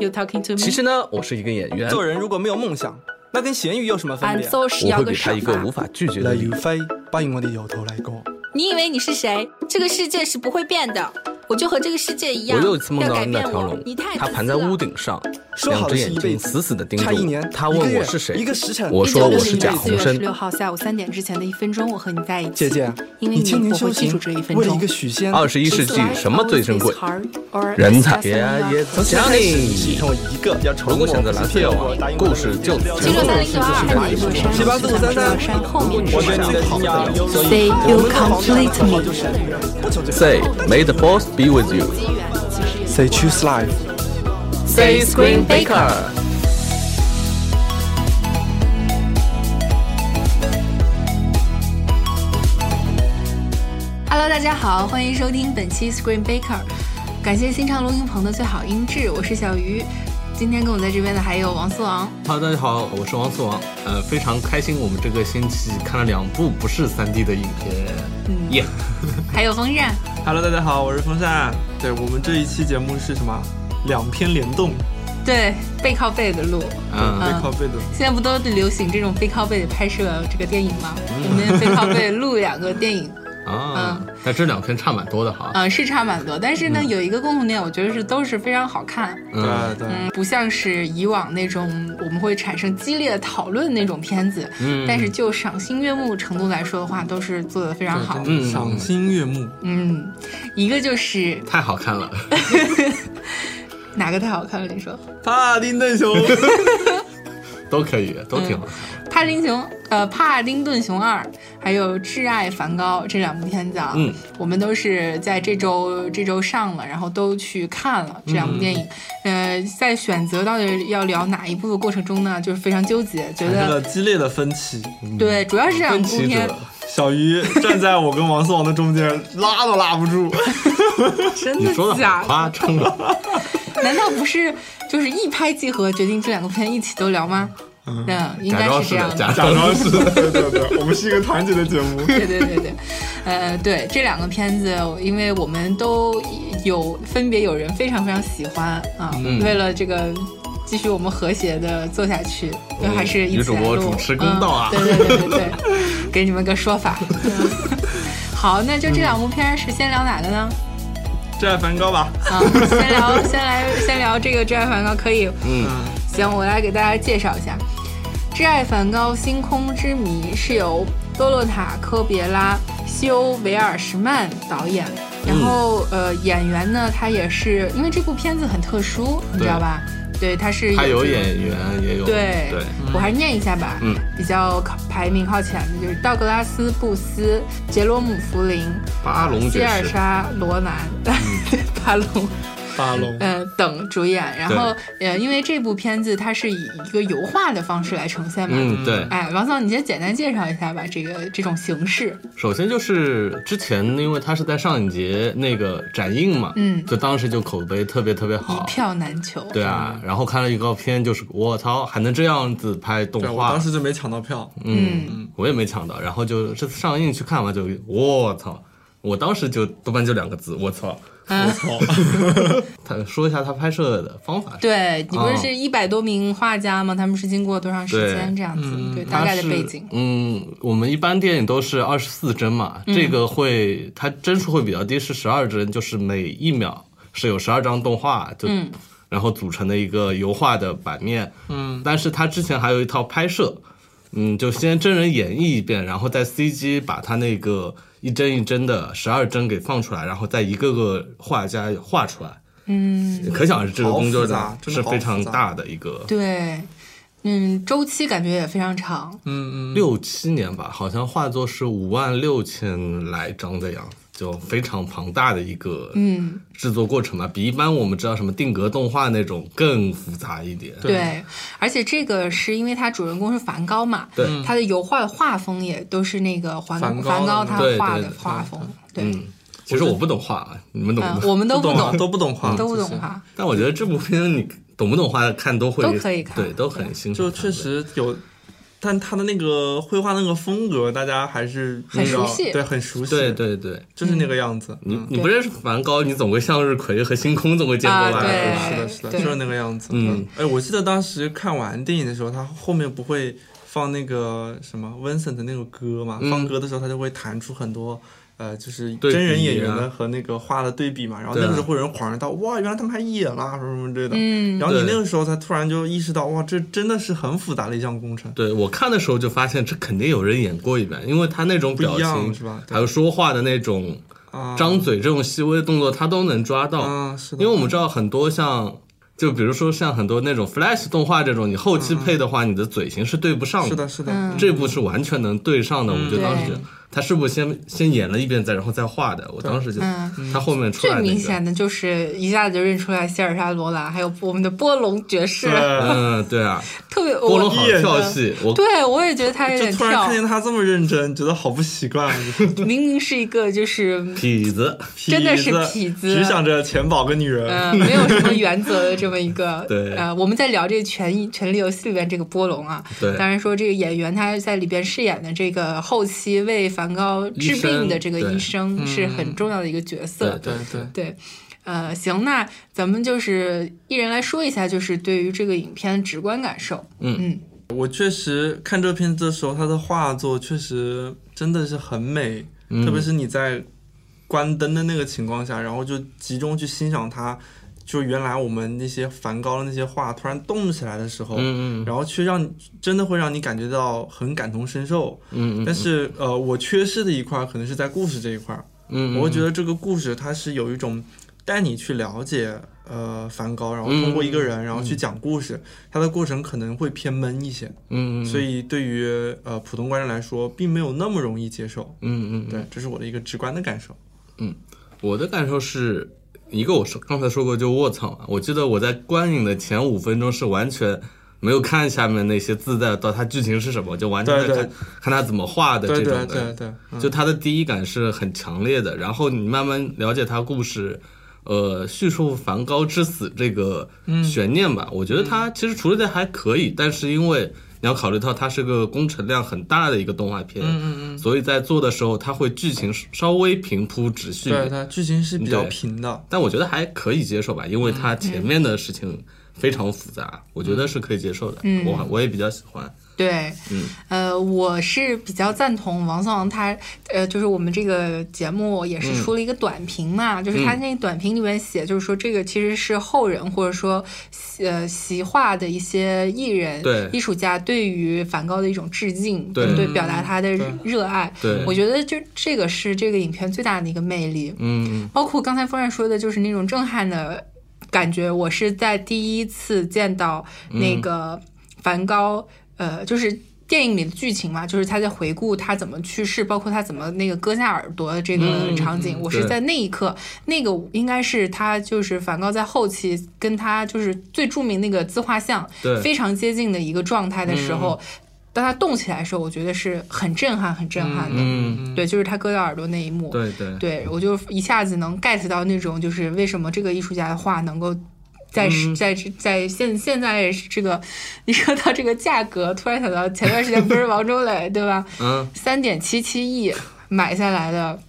You talking to me？其实呢，我是一个演员，做人如果没有梦想，那跟咸鱼有什么分 I'm 别？ so 是啊我要会个给他什一啊个么无？法拒绝的来理如由。飞，不要我哋由头嚟过。你以为你是谁？这个世界是不会变的，我就和这个世界一样。我又一次梦要到改那变条我龙你太，它自盘私在了屋顶上，说两好只的是眼一辈睛子，死死的盯差着一我年，。他一个问月我是谁一，个时辰，我说我1960是贾年四宏月生十。六号下午三点之前的一分钟，我和你在一起。姐啊姐，因为你千你年不修会记住行这一，分为了一钟个。许仙，二十一世纪什么最珍贵？人才也也从现在开始只剩我一个，要如承果我选择不蓝是色药骗丸我答应，故我事的就名字七结束六了三零九二，七八四五三三山后面我选你的信仰， Say you complete me 就是不求最好 Say, may the force be with you. Say choose life。 Say, Screen Baker. Hello，大家好，欢迎收听本期 Screen Baker，感谢新唱录音棚的最好音质，我是小鱼。今天跟我在这边的还有王思王，哈，大家好，我是王思王。呃，非常开心，我们这个星期看了两部不是三 D 的影片。耶、还有风扇。 Hello，大家好，我是风扇。对我们这一期节目是什么？两篇联动，对，背靠背的录。嗯，背靠背的。现在不都流行这种背靠背的拍摄这个电影吗？我们背靠背录两个电 影，啊，但这两篇差蛮多的哈。嗯、是差蛮多，但是呢，有一个共同点，我觉得是都是非常好看。嗯，对对，嗯，不像是以往那种我们会产生激烈的讨论那种片子，嗯但是就赏心悦目程度来说的话，都是做的非常好。嗯赏心悦目。嗯，一个就是太好看了。 哪个太好看了？你说《帕丁顿熊，都可以，都挺好。帕丁熊》呃，《帕丁顿熊二》还有《挚爱梵高》这两部片子啊，嗯，我们都是在这周这周上了，然后都去看了这两部电影。嗯呃，在选择到底要聊哪一部的过程中呢，就是非常纠结，觉产哎生了得激烈的分歧。对，主要是这两分部歧片者，小鱼站在我跟王思王的中间，拉都拉不住。真你说的的假好 的？夸张啊！难道不是就是一拍即合，决定这两个片一起都聊吗？嗯，应假该装是这样的，假的。假装装是，对对对，我们是一个团结的节 目。对对对对，呃，对这两个片子，因为我们都有分别有人非常非常喜欢啊，嗯为了这个继续我们和谐的做下去，就还是一嗯女起主来播录。主持公道啊嗯！对对对对 对，给你们个说法。 嗯好，那就这两部片儿是先聊哪个呢？这爱梵高吧，啊，先聊，先来，先聊这个《挚爱梵高》可以。嗯行，我来给大家介绍一下，《挚爱梵高：星空之谜》是由多洛塔·科别拉、西欧·维尔什曼导演。嗯然后，呃，演员呢，他也是因为这部片子很特殊，你知道吧？对，他是他有这个演员，也有对，对，我还是念一下吧。嗯，比较靠排名靠前的就是道格拉斯·布斯、杰罗姆·福林、巴隆希爵尔士嗯莎·罗南、 巴隆。巴龙呃等主演，然后呃，因为这部片子它是以一个油画的方式来呈现嘛。嗯对。哎，王总，你先简单介绍一下吧，这个这种形式。首先就是之前，因为它是在上影节那个展映嘛，嗯就当时就口碑特别特别一好，票难求。啊对啊，然后看了预告片，就是我操，还能这样子拍动对我画当，时就没抢到票，嗯，我也没抢到，然后就这次上映去看完就我操，我当时就豆瓣就两个字，我操，嗯， 他说一下他拍摄的方法，，对你不是哦是一百多名画家吗？他们是经过多长时间对这样子？对，大它概是的背景。嗯，我们一般电影都是二十四帧嘛，嗯这个会它帧数会比较低，是十二帧，就是每一秒是有十二张动画就。嗯然后组成的一个油画的版面，嗯，但是它之前还有一套拍摄，嗯，就先真人演绎一遍，然后再 CG 把它那个一帧一帧的十二帧给放出来，然后再一个个画家画出来，嗯，可想而知这个工作好量复杂真的是好非常复杂大的一个，对，嗯，周期感觉也非常长。嗯嗯，六七年吧，好像画作是五万六千来张的样子，就非常庞大的一个嗯，制作过程嘛，比一般我们知道什么定格动画那种更复杂一点，对对，而且这个是因为他主人公是梵高嘛，对他的油画的画风也都是那个梵梵高梵高他对画对的对画风，对，嗯，其实我不懂画啊，你们懂嗯吗？我们都不画懂，都不懂画，都不嗯其懂实。画， 但我觉得这部片你懂不懂画看都会，都可以看对，都很欣赏。就确，实有，但他的那个绘画那个风格，大家还是很那个熟悉对，很熟悉，对，对对，就是那个样子。你嗯你不认识梵高，你总归向日葵和星空总会见过啊吧？对是的，是的，对就是那个样子。嗯，哎，我记得当时看完电影的时候，他后面不会放那个什么 Vincent 的那个歌嘛？嗯放歌的时候，他就会弹出很多。呃，就是对比真人演员啊的和那个画的对比嘛，然后对啊那个时候会有人恍然到，哇，原来他们还演啦，什么什么之类的。嗯然后你对那个时候才突然就意识到，哇，这真的是很复杂的一项工程。对我看的时候就发现，这肯定有人演过一遍，因为他那种表不一情样是吧对还有说话的那种啊，张嘴这种细微的动作，他都能抓到。啊，是的，嗯因为我们知道很多像，就比如说像很多那种 Flash 动画这种，你后期配的话，你的嘴型是对不上嗯是的。的，是的，嗯这部是完全能对上的，我就当时觉得对他是不是先先演了一遍再然后再画的？我当时就嗯他后面出来最那明个，显的就是一下子就认出来希尔莎罗兰，还有我们的波隆爵士，对，嗯，对啊， 特别波隆我好一眼跳的戏，我 对我也觉得他有点就突然跳看，见他这么认真，觉得好不习惯啊，就是明明是一个就是 痞子，。真的是痞子只想着钱宝跟女人。呃，没有什么原则的这么一 个对呃，我们在聊这个权益《权力游戏》里边这个波隆啊，对当然说这个演员他在里边饰演的这个后期为梵高治病的这个医医生是很重要的一个角色。对嗯对对，对呃，行，那咱们就是一人来说一下，就是对于这个影片的直观感受。嗯嗯我确实看这片子的时候，他的画作确实真的是很美，嗯特别是你在关灯的那个情况下，然后就集中去欣赏它。就原来我们那些梵高的那些画突然动起来的时候，嗯嗯然后却让你真的会让你感觉到很感同身受。嗯嗯但是呃，我缺失的一块儿可能是在故事这一块儿，嗯，我会觉得得这个故事它是有一种带你去了解呃梵高，然后通过嗯一个人，然后去讲故事，它的过程可能会偏闷一些，嗯嗯，所以以对于呃普通观众来说，并没有那么容易接受。嗯嗯，对，这是我的一个直观的感受。我的感受是一个，我说刚才说过，就卧槽嘛。啊我记得我在观影的前五分钟是完全没有看下面那些字在到它剧情是什么，就完全在对看对看它怎么画的这对种对的。对对，嗯就它的第一感是很强烈的，然后你慢慢了解它故事，呃，叙述梵高之死这个嗯悬念吧。我觉得它其实处理的还可以，但是因为你要考虑到它是个工程量很大的一个动画片，所以在做的时候，它会剧情稍微平铺直叙一点对它剧情是比较对平的。但我觉得还可以接受吧，因为它前面的事情非常复杂，我觉得是可以接受的。嗯我我也比较喜欢。对，嗯，呃，我是比较赞同王思王他，呃，就是我们这个节目也是嗯出了一个短评嘛，就是他那个短评里面写，就是说这个其实是后人或者说呃习画的一些艺人、对艺术家对于梵高的一种致敬，对对表达他的热爱。对我觉得就这个是这个影片最大的一个魅力。嗯包括刚才风扇说的，就是那种震撼的感觉。我是在第一次见到那嗯个梵高，呃，就是电影里的剧情嘛，就是他在回顾他怎么去世，包括他怎么那个割下耳朵的这个嗯场景。嗯我是对在那一刻，那个应该是他就是梵高在后期跟他就是最著名那个自画像对嗯非常接近的一个状态的时候。当他动起来的时候，我觉得是很震撼、很震撼的。嗯，对，就是他割掉耳朵那一幕。对对对我就一下子能 get 到那种，就是为什么这个艺术家的画能够在、嗯在在现现在这个，你说到这个价格，突然想到前段时间不是王周磊对吧，嗯，三点七七亿买下来的。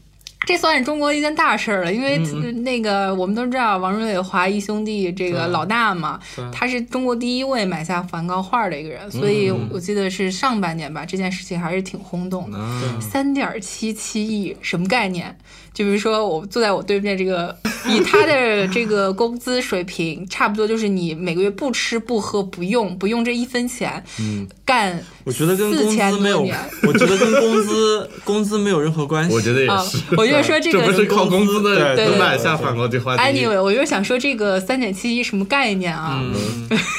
这算是中国一件大事儿了，因为那个我们都知道王瑞伟华谊兄弟这个对老大嘛对，他是中国第一位买下梵高画的一个人，所以我记得是上半年吧，这件事情还是挺轰动的。啊，三点七七亿，什么概念？就比如说，我坐在我对面这个， 以他的这个工资水平，差不多就是你每个月不吃不喝不用不用这一分钱，嗯，干我觉得跟工4000资多没有年，我觉得跟工资工资没有任何关系。我觉得也啊是。，我就是说这 这个不是靠工资的对对能对买下反光计划第一。 Anyway，我就是想说这个三点七亿什么概念啊？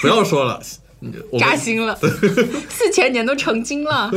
不要说了，嗯我扎们心了， 四千年都成精了。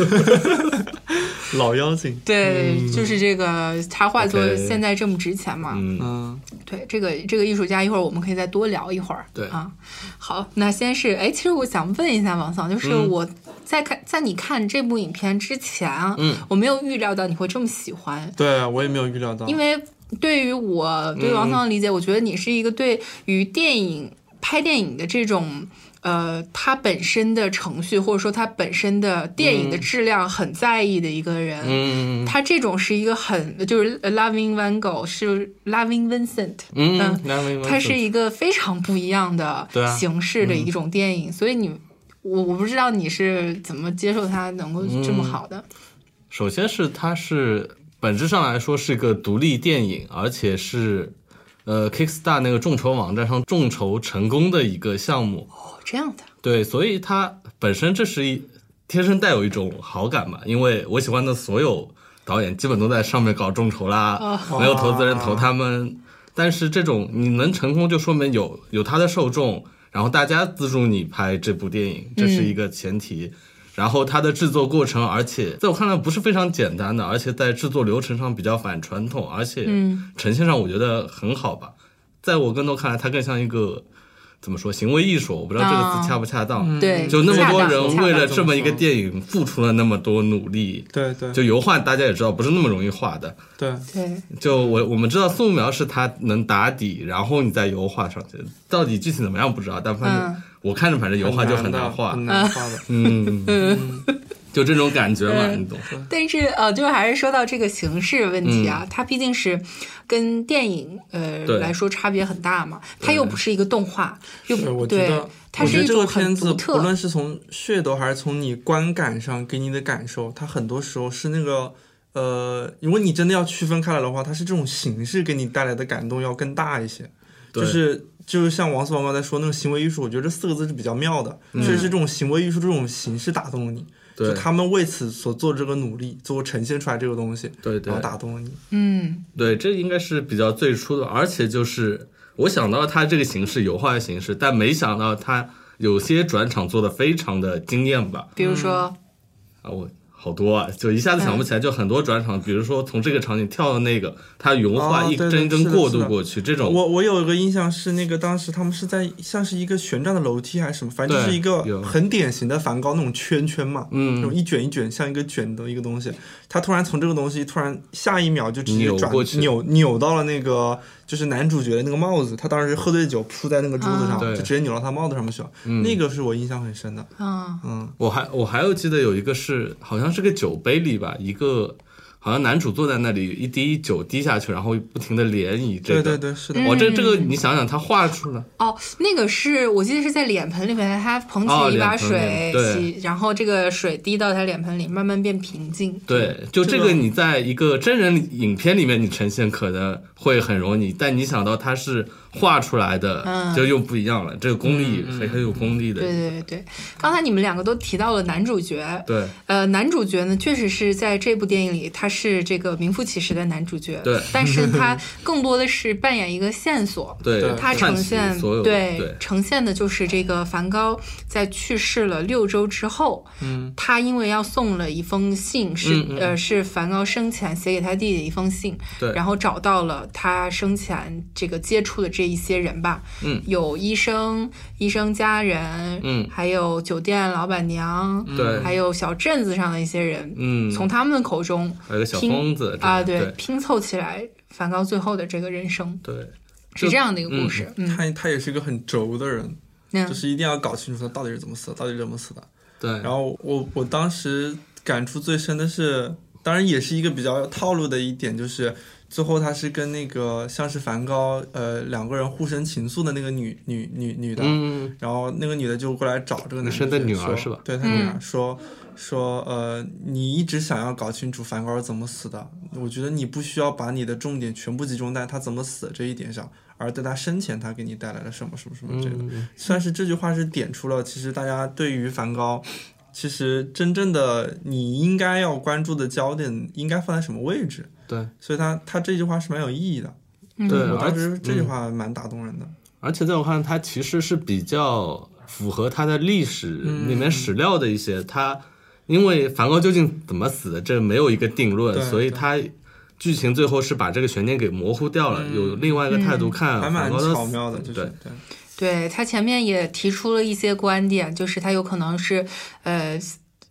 老妖精，对，就是这个他画作嗯 OK 现在这么值钱嘛？嗯，嗯，对，这个这个艺术家，一会儿我们可以再多聊一会儿。对啊，好，那先是哎，其实我想问一下王桑，就是嗯我在看、在你看这部影片之前，嗯，我没有预料到你会这么喜欢，对我也没有预料到，因为对于嗯我对于王桑的理解，我觉得你是一个对于电影拍电影的这种。呃他本身的程序或者说他本身的电影的质量很在意的一个人。嗯他这种是一个很就是 Loving Van Gogh 是 Loving Vincent，嗯嗯，那没问题它是一个非常不一样的对啊形式嗯的一种电影，所以你我我不知道你是怎么接受它能够这嗯么好的，首先是它是本质上来说是一个独立电影，而且是呃 Kickstar 那个众筹网站上众筹成功的一个项目。哦，这样的，对，所以它本身这是一天生带有一种好感吧，因为我喜欢的所有导演基本都在上面搞众筹啦，没有投资人投他们。但是这种你能成功，就说明有有他的受众，然后大家资助你拍这部电影，这是一个前提。然后它的制作过程，而且在我看来不是非常简单的，而且在制作流程上比较反传统，而且呈现上我觉得很好吧。在我更多看来，它更像一个怎么说行为艺术，我不知道这个啊词恰不恰当。嗯对，嗯就那么多恰人当为了恰这么一个电影付出了那么多努力，对对就油画大家也知道不是那么容易画的。对，当对，就我我们知道素描是它能打底，然后你再油画上去，到底具体怎么样不知道，但反正、嗯我看着反正油画就很难难的画，很难画的。嗯，就这种感觉嘛，对你懂？但是呃，就还是说到这个形式问题嗯啊，它毕竟是跟电影呃对来说差别很大嘛，它又不是一个动画，又是，不我觉对得，，它我觉是得一这个种很片子，独不特，论是从噱头还是从你观感上给你的感受，它很多时候是那个，呃，如果你真的要区分开来的话，它是这种形式给你带来的感动要更大一些。对就是就是像王思王刚才说那个行为艺术，我觉得这四个字是比较妙的，确实是这种行为艺术这种形式打动了你，就嗯对他们为此所做这个努力，最后呈现出来这个东西，对对然后打动了你。嗯，对，这应该是比较最初的，而且就是我想到它这个形式油画的形式，但没想到它有些转场做的非常的惊艳吧。嗯比如说，啊，我好多啊，就一下子想嗯不起来，就很多转场，比如说从这个场景跳到那个，它油画哦啊一对帧一帧对是的过是渡的过去，这种我我有一个印象是那个当时他们是在像是一个旋转的楼梯还是什么，反正就是对一个有很典型的梵高那种圈圈嘛，嗯那种一卷一卷像一个卷的一个东西。他突然从这个东西突然下一秒就直接扭转过去扭扭到了那个就是男主角的那个帽子，他当时喝醉酒扑在那个桌子啊上，对嗯就直接扭到他帽子上面去了。那个是我印象很深的，嗯，嗯，我还我还有记得有一个是好像是个酒杯里吧，一个好像男主坐在那里，一滴酒滴下去，然后不停的涟漪，这对个哦对对，是的，哇，这这嗯个你想想，他画出来，哦，那个是我记得是在脸盆里面，他捧哦起一脸把盆水里对洗，然后这个水滴到他脸盆里，慢慢变平静。对，就这这个个你在一个真人影片里面你呈现可能会很容易，但你想到它是画出来的嗯，就又不一样了，这个功嗯力很很有功力的对，对对对，刚才你们两个都提到了男主角，对呃，男主角呢，确实是在这部电影里，他是这个名副其实的男主角，对但是 他更多的是扮演一个线索，对，他呃串呈起现所有对对呈现的就是这个梵高在去世了六周之后，嗯，他因为要送了一封信，是、嗯嗯呃是梵高生前写给他弟弟的一封信，对然后找到了他生前这个接触的这一些人吧，嗯，有医生、医生家人，嗯还有酒店老板娘，嗯对还有小镇子上的一些人，嗯从他们口中还有个小拼疯子这啊，样对拼凑起来梵高最后的这个人生对是就这样的一个故事，嗯，他他也是一个很轴的人，那就是一定要搞清楚他到底是怎么死的，到底是怎么死的。对然，后我我当时感触最深的是，当然也是一个比较套路的一点，就是最后他是跟那个像是梵高呃两个人互生情愫的那个女女女女的，嗯，然后那个女的就过来找这个男女生的女儿说是吧对他女儿说、说呃，你一直想要搞清楚梵高是怎么死的，我觉得你不需要把你的重点全部集中在他怎么死的这一点上，而在他生前他给你带来了什么什么什嗯么之类的。算是这句话是点出了，其实大家对于梵高。其实真正的你应该要关注的焦点应该放在什么位置？对所以他他这句话是蛮有意义的，对，我而当时这句嗯话蛮打动人的。而且在我看来，它其实是比较符合它的历史嗯里面史料的一些。它因为梵高究竟怎么死的，这没有一个定论对，所以对它剧情最后是把这个悬念给模糊掉了，有另外一个态度看嗯还嗯梵蛮高的巧死。妙的，就是对对对他前面也提出了一些观点，就是他有可能是呃，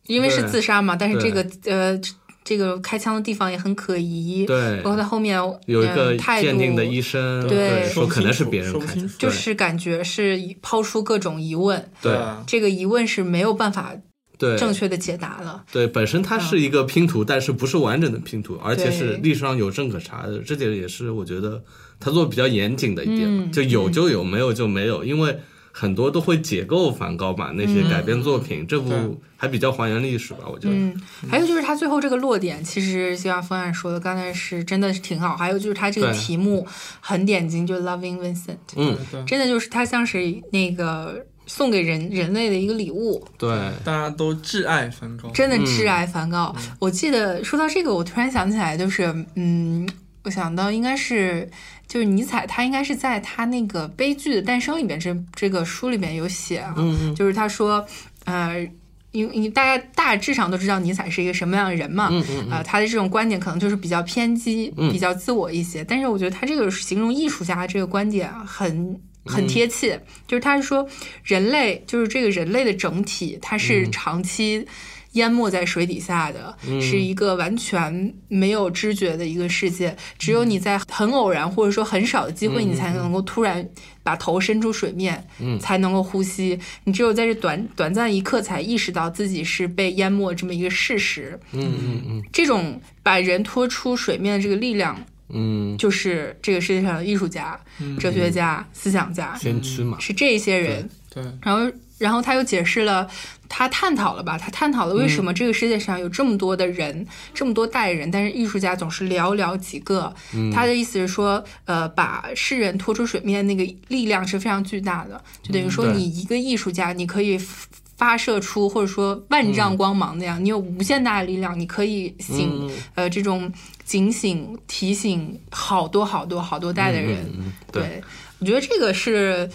因为是对自杀嘛，但是这对个呃。这个开枪的地方也很可疑，对包括他后面有一个嗯态鉴定的度医生，对说可能是别说人不开清的楚，就是感觉是抛出各种疑问，对啊这个疑问是没有办法对正对确的解答了。嗯对，本身它是一个拼图，但是不是完整的拼图，而且是对历史上有证可查的，这点也是我觉得他做得比较严谨的一点嘛，嗯就有就有，没有就没有，因为很多都会解构梵高嘛那些改编作品，这对部还比较还原历史吧，我觉得。嗯，还有就是他最后这个落点，其实就像方案说的，刚才是真的是挺好。还有就是他这个对题目很点睛，就是 Loving Vincent，嗯，对对，真的就是他像是那个送给人人类的一个礼物，对，大家都挚爱梵高，真的嗯挚爱梵高。我记得说到这个，我突然想起来，就是嗯，我想到应该是就是尼采，他应该是在他那个《悲剧的诞生》里边这这个书里面有写啊，嗯就是他说，呃。因为因为大家大致上都知道尼采是一个什么样的人嘛，嗯嗯啊，他的这种观点可能就是比较偏激、嗯比较自我一些。但是我觉得他这个形容艺术家的这个观点啊很嗯很贴切，就是他是说人类就是这个人类的整体，它是嗯长期。淹没在水底下的、是一个完全没有知觉的一个世界，只有你在很偶然或者说很少的机嗯会，你才能够突然把头伸出水面，才能够呼吸。你只有在这短短暂一刻才意识到自己是被淹没这么一个事实。嗯嗯嗯这种把人拖出水面的这个力量，嗯，就是这个世界上的艺术家、哲学家、思想家，先驱嘛，是这些人。对然后，然后他又解释了，他探讨了吧，他探讨了为什么这个世界上有这么多的人，这么多代人，但是艺术家总是寥寥几个。嗯他的意思是说，呃，把世人拖出水面那个力量是非常巨大的，就等于说对你一个艺术家，你可以 f- 发射出或者说万丈光芒那样，你有无限大的力量，你可以嗯醒、呃这种警醒提醒好多好多好多代的人。嗯，对，我觉得这个是，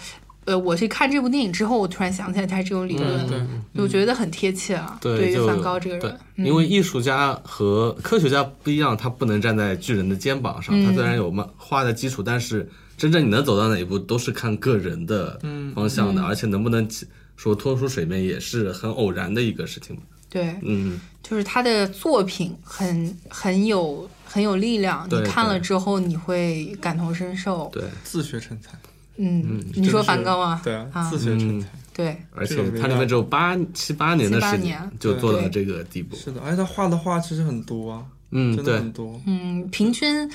呃，我去看这部电影之后，我突然想起来他这种理论，对我觉得很贴切啊，嗯对，于就梵高这个对人，，嗯因为艺术家和科学家不一样，他不能站在巨人的肩膀上，他虽然有漫画的基础，但是真正你能走到哪一步，都是看个人的方向的，而且能不能起说拖出水面，也是很偶然的一个事情。对，嗯，就是他的作品很很有很有力量，你对看了对之后你会感同身受，对，自学成才，嗯，你说梵高啊，对啊，啊自学嗯成才。对而这且个没它里办面只有八七八年的七八时间年就做到对这个地步。是的，而且他画的画其实很多啊，嗯，真的对很，多。嗯，平均。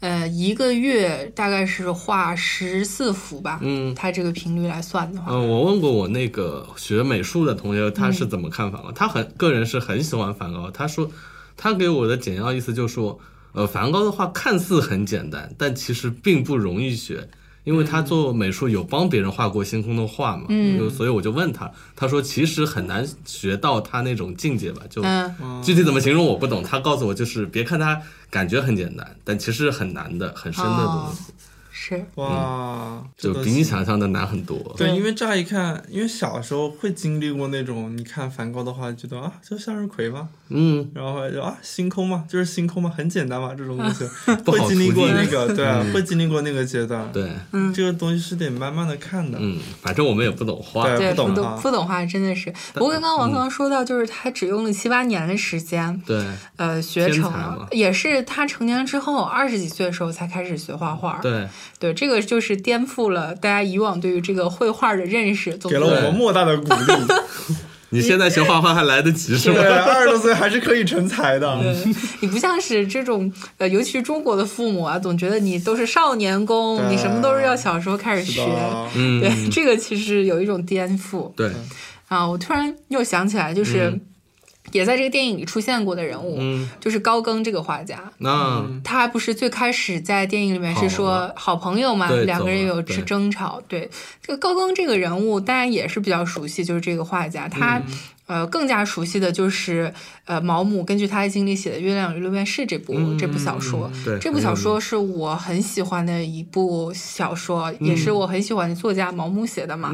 呃，一个月大概是画十四幅吧，嗯他这个频率来算的话，嗯，我问过我那个学美术的同学，他是怎么看梵高？他很个人是很喜欢梵高。他说，他给我的简要意思就是说，呃，梵高的画看似很简单，但其实并不容易学，因为他做美术有帮别人画过星空的画嘛。嗯就，所以我就问他，他说其实很难学到他那种境界吧，就嗯，嗯，具体怎么形容我不懂。他告诉我就是，别看他感觉很简单，但其实很难的、很深的东西，是，哇，这嗯就个比你想象的难很多。对，对因为乍一看，因为小时候会经历过那种，你看梵高的画，觉得啊，就向日葵嘛，嗯。然后就啊，星空嘛，就是星空嘛，很简单嘛，这种东西不会好经历途过径那个，对啊，会经历过那个阶段。对，这个东西是得慢慢的看的。嗯，反正我们也不懂画，对对，不懂懂啊不懂画真的是。不过刚刚王刚说到，就是他只用了七八年的时间，对，嗯呃，学天成才了嘛，也是他成年之后二十几岁的时候才开始学画画。对，对，这个就是颠覆了大家以往对于这个绘画的认识，总给觉了我得们莫大的鼓励，你现在学画画还来得及是对，吧？二十多岁还是可以成才 的，对你不像是这种呃，尤其是中国的父母啊，总觉得你都是少年对宫，你什么都是要小时候开始是学。的，对，嗯，这个其实有一种颠覆。对，啊，我突然又想起来，就是嗯也在这个电影里出现过的人物，嗯，就是高更这个画家。那嗯他不是最开始在电影里面好是说好朋友嘛，对两个人走了有对争吵。对，这个高更这个人物，大家也是比较熟悉，就是这个画家，他、嗯呃更加熟悉的就是呃毛姆根据他的经历写的《月亮与六便士》这部、嗯这部小说。对，嗯这部小说是我很喜欢的一部小说，嗯也是我很喜欢的作家毛姆写的嘛。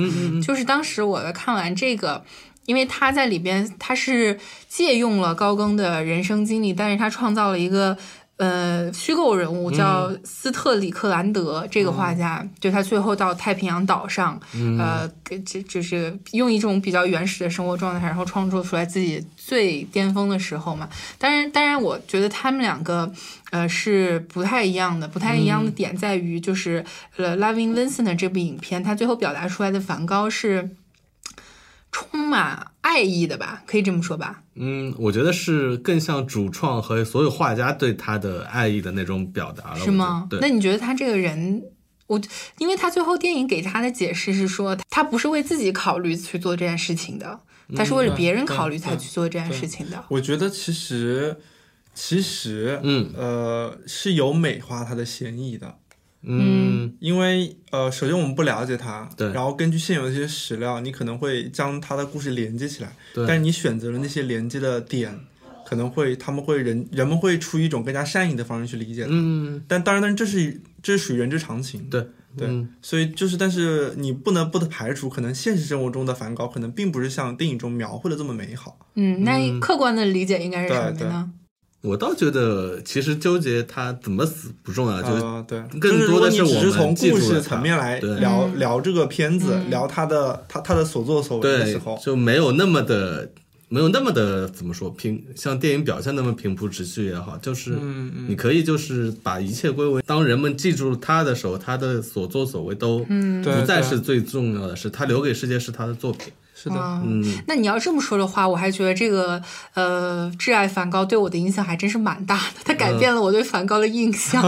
就是当时我看完这个，因为他在里边他是借用了高更的人生经历，但是他创造了一个。呃虚构人物叫斯特里克兰德、这个画家，就他最后到太平洋岛上，呃，给这就是用一种比较原始的生活状态，然后创作出来自己最巅峰的时候嘛。当然，当然，我觉得他们两个。呃，是不太一样的。不太一样的点在于，就是、呃，《Loving Vincent》这部影片，它最后表达出来的梵高是充满爱意的吧？可以这么说吧？嗯，我觉得是更像主创和所有画家对他的爱意的那种表达了，是吗我？觉得那对，你觉得他这个人，我因为他最后电影给他的解释是说，他不是为自己考虑去做这件事情的，他是为了嗯对别人对考虑才对去做这件对事情的。我觉得其实其实嗯呃是有美化它的嫌疑的，嗯因为呃首先我们不了解它，对然后根据现有的一些史料，你可能会将它的故事连接起来，对但你选择了那些连接的点，可能会他们会人人们会出于一种更加善意的方式去理解它，嗯，但当然，但是这是这是属于人之常情，对对，嗯所以就是，但是你不能不排除，可能现实生活中的梵高可能并不是像电影中描绘的这么美好。嗯，那嗯客观的理解应该是对什么对呢？我倒觉得其实纠结他怎么死不重要，啊就是呃，对，更多的就是是如果你只是我们从记住故了事它层面来对聊嗯聊这个片子，嗯聊他的他他的所作所为的时对候，，就没有那么的，没有那么的怎么说平，像电影表现那么平铺直叙也好，就是嗯嗯你可以就是把一切归为，当人们记住他的时候，他的所作所为都对不再嗯对是最重要的事，他留给世界是他的作品。是的，啊嗯，那你要这么说的话，我还觉得这个呃，《挚爱梵高》对我的影响还真是蛮大的，它改嗯变了我对梵高的印 象。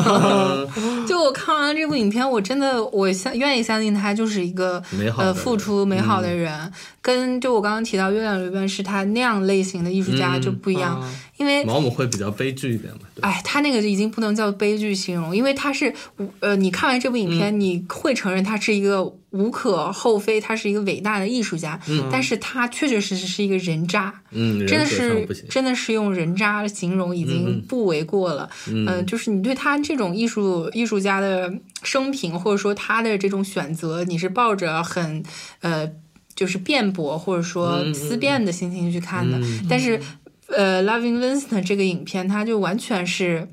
就我看完了这部影片，我真的我相愿意相信他就是一个美好的嗯呃人付出美好的人，跟就我刚刚提到月亮与乱世他那样类型的艺术家嗯就不一样，啊因为毛姆会比较悲剧一点嘛，对吧？哎，他那个已经不能叫悲剧形容，因为他是无呃，你看完这部影片，嗯你会承认他是一个无可厚非，他是一个伟大的艺术家，但是他确确实实是一个人渣，嗯，真人的格上不行是。嗯真的是用人渣形容已经不为过了。嗯、就是你对他这种艺术艺术家的生平，或者说他的这种选择，你是抱着很呃，就是辩驳或者嗯说思辨的心情去看的。但嗯是，呃，《Loving Vincent》这个影片，它就完全是。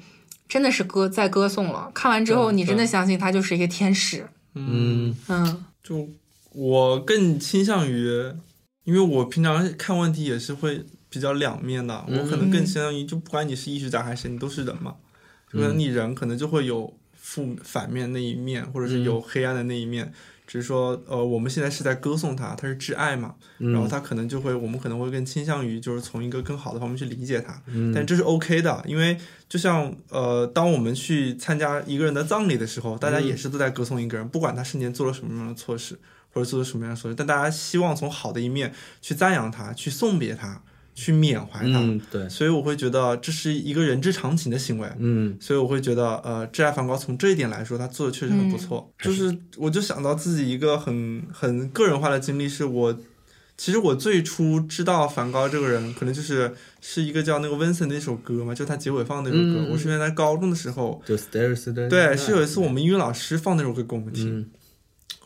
真的是歌在歌颂了，看完之后对你真的对相信他就是一个天使。嗯嗯就我更倾向于，因为我平常看问题也是会比较两面的，我可能更倾向于，就不管你是艺术家还是谁，你都是人嘛，可能你人可能就会有负反面那一面，或者是有黑暗的那一面。只是说，呃，我们现在是在歌颂他，他是挚爱嘛，然后他可能就会，我们可能会更倾向于就是从一个更好的方面去理解他，但这是 OK 的，因为就像呃，当我们去参加一个人的葬礼的时候，大家也是都在歌颂一个人，不管他生前做了什么样的错事，或者做了什么样的错事，但大家希望从好的一面去赞扬他，去送别他，去缅怀他。嗯，对，所以我会觉得这是一个人之常情的行为。嗯所以我会觉得，呃，挚爱梵高从这一点来说，他做的确实很嗯不错。就是我就想到自己一个很很个人化的经历，是我其实我最初知道梵高这个人，可能就是是一个叫那个 Vincent 那首歌嘛，就他结尾放的那首歌。嗯嗯嗯我是原来高中的时候，就 Stairs to the 对， Night 是有一次我们英语老师放那首歌给我们听。嗯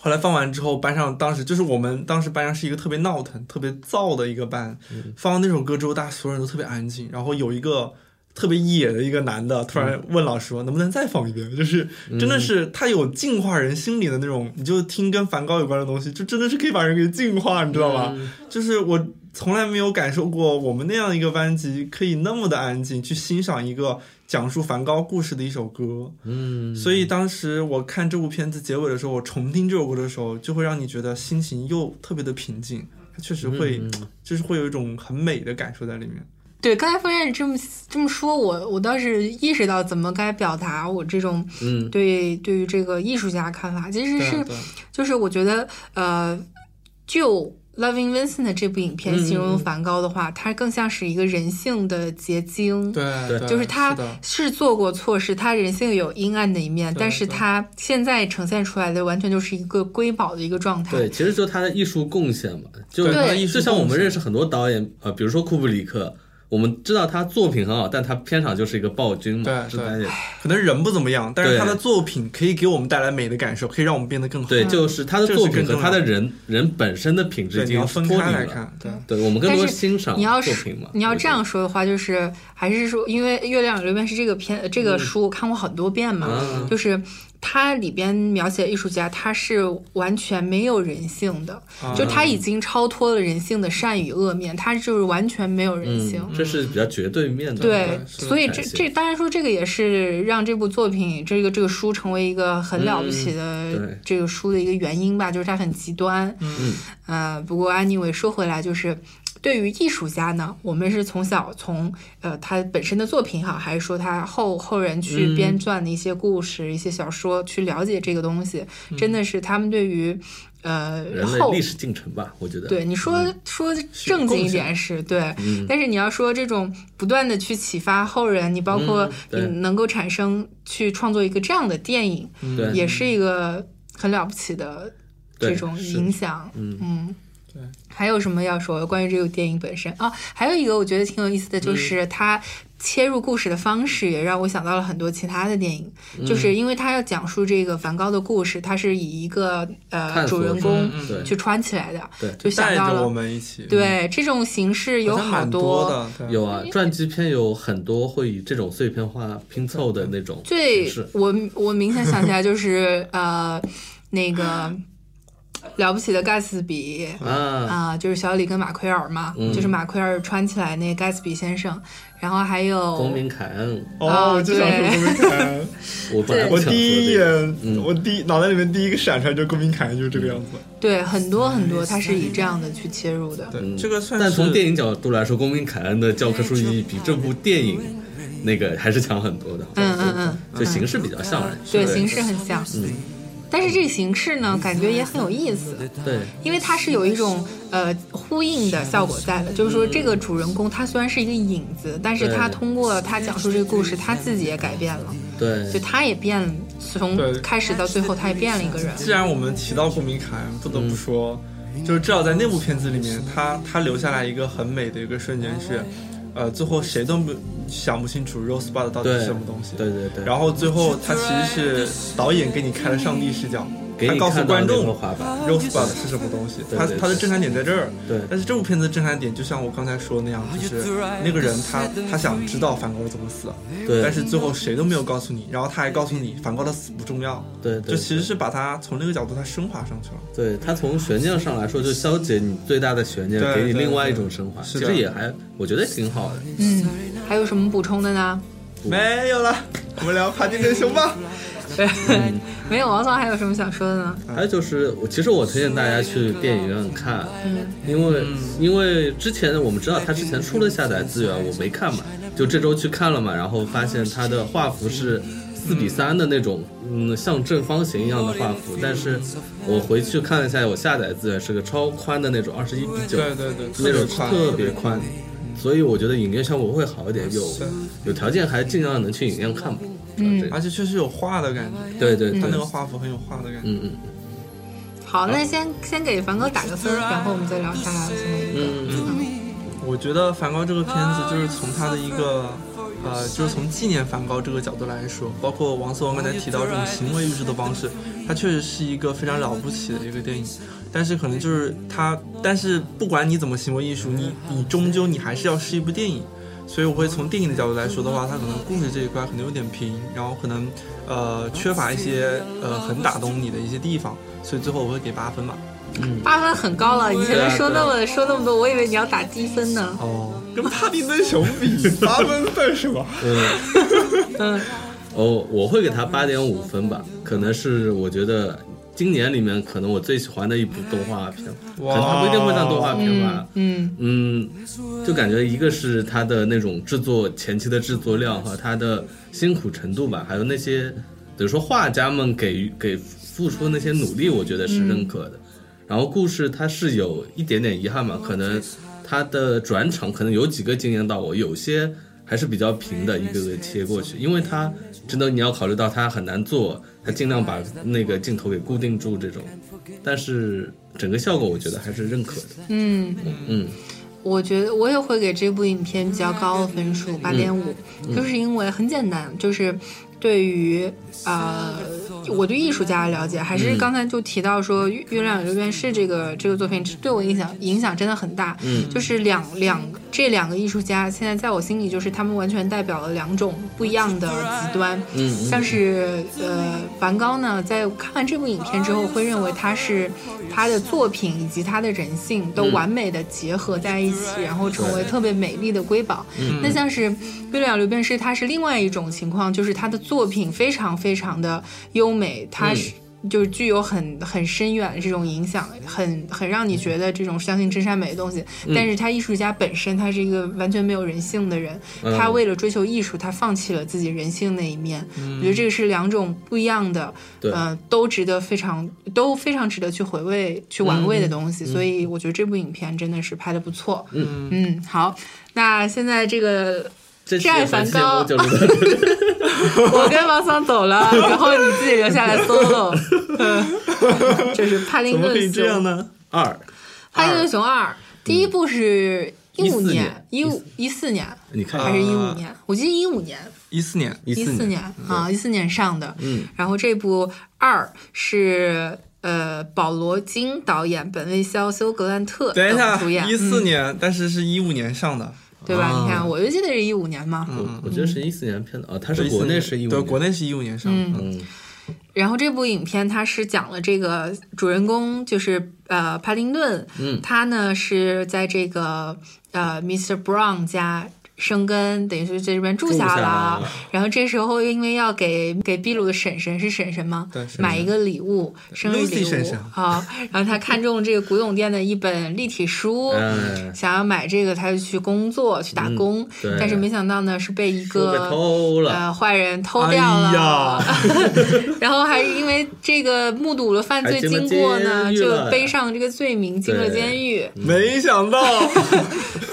后来放完之后，班上当时就是我们当时班上是一个特别闹腾、特别燥的一个班。放完那首歌之后，大家所有人都特别安静。然后有一个特别野的一个男的，突然问老师说：“能不能再放一遍？”就是真的是他有净化人心里的那种，你就听跟梵高有关的东西，就真的是可以把人给净化，你知道吧？就是我从来没有感受过我们那样一个班级可以那么的安静去欣赏一个讲述梵高故事的一首歌。嗯，所以当时我看这部片子结尾的时候，我重听这首歌的时候，就会让你觉得心情又特别的平静，它确实嗯会，就是会有一种很美的感受在里面。对，刚才方燕这么这么说，我我倒是意识到怎么该表达我这种嗯对、对于这个艺术家的看法，其实对啊是对，就是我觉得呃，就《Loving Vincent》这部影嗯片形容梵高的话，它更像是一个人性的结晶。对对就是他的，是做过错事，他人性有阴暗的一面，对但是对他现在呈现出来的完全就是一个瑰宝的一个状态。对，其实就他的艺术贡献嘛，就对他的艺术就像我贡们献认识很多导演，呃，比如说库布里克，我们知道他作品很好，但他片场就是一个暴君嘛，对这大家也可能人不怎么样，但是对他的作品可以给我们带来美的感受，可以让我们变得更好。嗯对，就是他的这是作品更和重他的要人人本身的品质对，已你经要分脱开离来了。看，对。嗯对我们更但多是欣赏你要作是品嘛，你要对这样说的话，就是还是说，因为《月亮与六便士》这个片呃这个书我看过很多遍嘛，嗯就是它里边描写的艺术家，他是完全没有人性的，啊啊就他已经超脱了人性的善与恶面，他就是完全没有人性。嗯，这是比较绝对面的。对，是所以感这谢这当然说这个也是让这部作品这个这个书成为一个很了不起嗯的对这个书的一个原因吧，就是它很极端。嗯，呃，不过 anyway 说回来就是。对于艺术家呢，我们是从小从呃他本身的作品好，还是说他后后人嗯去编撰的一些故事、一些小说去了解这个东西，真的是他们对于呃嗯人类后历史进程吧，我觉得。对你说嗯说正经一点是对，但是你要说这种不断的去启发后人，你包括嗯你对能够产生去创作一个这样的电影，嗯对嗯也是一个很了不起的这对种是影响。嗯嗯对还有什么要说的关于这个电影本身啊？还有一个我觉得挺有意思嗯的，就是它切入故事的方式也让我想到了很多其他的电影，嗯就是因为它要讲述这个梵高的故事，它是以一个呃探索主人出公嗯对去穿起来的，对就想带到着我了。们一起，对这种形式有好像好蛮多的，对有啊，传记片有很多会以这种碎片化拼凑的那种最形式。我我明显想起来就是呃，那 个了不起的盖茨比，嗯啊，啊、就是小李跟马奎尔嘛，就是马奎尔穿起来那盖茨比先生，然然后还公有民凯嗯恩，啊哦， 我就想说公民凯恩，我本来对不我想说第一这个嗯眼，我第一脑袋里面第一个闪出来就是公民凯恩，就是这个样子。对很多很多，他是以这样的去切入的。对，这个算嗯但是从电影角度来说，《公民凯恩》的教科书意义比这部电影那个还是强很多的。嗯嗯嗯就形式比较像而已。对，对形式很像，嗯但是这个形式呢，感觉也很有意思，对因为它是有一种呃呼应的效果在的，就是说这个主人公他虽然是一个影子，但是对他通过他讲述这个故事，他自己也改变了，就对，他也变了，从对开始到最后他也变了一个人。既然我们提到公民凯恩，不得嗯不说，就是至少在那部片子里面，他他留下来一个很美的一个瞬间是，呃，最后谁都不想不清楚 Rosebud 到底是对什么东西。对对对然后最后他其实是导演给你开了上帝视角，给他你告诉看到观那众个滑板， Rosebud 是什么东西，对他对他的震撼点在这儿。对但是这部片子的震撼点就像我刚才说那样，就是那个人他他想知道梵高是怎么死的，对但是最后谁都没有告诉你，然后他还告诉你梵高的死不重要，对对对就其实是把他从那个角度他升华上去了。对它从悬念上来说，就消解你最大的悬念，对给你对另外一对种升华，其是的实也还我觉得挺好的。嗯，还有什么补充的呢？没有了，我们聊爬金真熊吧。嗯 没有，王总还有什么想说的呢？还有就是，我其实我推荐大家去电影院看，因为嗯因为之前我们知道它之前出了下载资源，我没看嘛，就这周去看了嘛，然后发现它的画幅是四比三的那种，嗯，像正方形一样的画幅，但是我回去看了一下，我下载资源是个超宽的那种，二十一比九，对对对，那特别种快，特别宽，所以我觉得影院效果会好一点，有有条件还尽量能去影院看吧。嗯而且确实有画的感觉，对对对嗯他，那个画幅很有画的感觉。嗯嗯好，那先先给梵高打个分，然后我们再聊下来的下一个。嗯嗯，我觉得梵高这个片子就是从他的一个，呃，就是从纪念梵高这个角度来说，包括王思王刚才提到这种行为艺术的方式，它确实是一个非常了不起的一个电影。但是可能就是它，但是不管你怎么行为艺术，你你终究你还是要是一部电影。所以我会从电影的角度来说的话，它可能故事这一块可能有点平，然后可能呃缺乏一些呃很打动你的一些地方，所以最后我会给八分吧。八分很高了，你前面说那么说那么多，我以为你要打低分呢。哦，跟帕丁森 熊比，八分算什 么？哦，我会给他八点五分吧，可能是我觉得今年里面可能我最喜欢的一部动画片，可能它不一定会上动画片吧。嗯，嗯，就感觉一个是它的那种制作前期的制作量和它的辛苦程度吧，还有那些等于说画家们给予给付出的那些努力，我觉得是认可的。然后故事它是有一点点遗憾嘛，可能它的转场可能有几个惊艳到我，有些还是比较平的，一个个切过去，因为它真的你要考虑到它很难做，它尽量把那个镜头给固定住这种，但是整个效果我觉得还是认可的。嗯，嗯，我觉得我也会给这部影片比较高的分数，八点五，就是因为很简单，就是对于呃，我对艺术家的了解，还是刚才就提到说《月月亮与六便士》这个这个作品对我影响影响真的很大，嗯就是两两这两个艺术家现在在我心里就是他们完全代表了两种不一样的极端，嗯嗯像是呃，梵高呢，在看完这部影片之后，会认为他是他的作品以及他的人性都完美的结合在一起，然后成为特别美丽的瑰宝。嗯那像是月亮与六便士，它是另外一种情况，就是他的作品非常非常的优美，它嗯是。就是具有很很深远的这种影响，很很让你觉得这种相信真善美的东西。嗯但是他艺术家本身，他是一个完全没有人性的人，嗯他为了追求艺术，他放弃了自己人性那一面。我觉得这个是两种不一样的，对呃，都值得非常都非常值得去回味、去玩味的东西。所以我觉得这部影片真的是拍的不错。嗯嗯，好，那现在这个这期债的梵反节高目就 录到这里。我跟王桑走了，然后你自己留下来 solo，嗯就是帕怎丁么可以顿这样熊，呢？二，帕丁顿熊二，第一部是一五14年年，一五一四年你看还是一五啊年？我记得一五年，一四年，一一四四年啊，一四年上的。嗯，然后这部二是呃保罗金导演，本卫肖、休格兰特 等一等下主，演，一四嗯年，但是是一五年上的，对吧？啊你看，我就记得是一五年嘛。我我觉得是一四年片的啊，它是对国内14是一五对，年，国内是一五年上的，嗯然后这部影片它是讲了这个主人公就是呃帕丁顿，嗯他呢是在这个呃 Mr. Brown 家生根，等于是在这边住住下下了了。然后这时候因为要给给秘鲁的婶婶是婶婶吗？对婶婶买一个礼物，生日 Lucy 礼物婶婶啊。然后他看中这个古董店的一本立体书。哎，想要买这个，他就去工作，去打工，对但是没想到呢，是被一书个被偷了，哎呃，坏人偷掉了， 然后还因为这个目睹了犯罪还进了经过呢，监狱了就背上这个罪名，进了对监狱，嗯没想到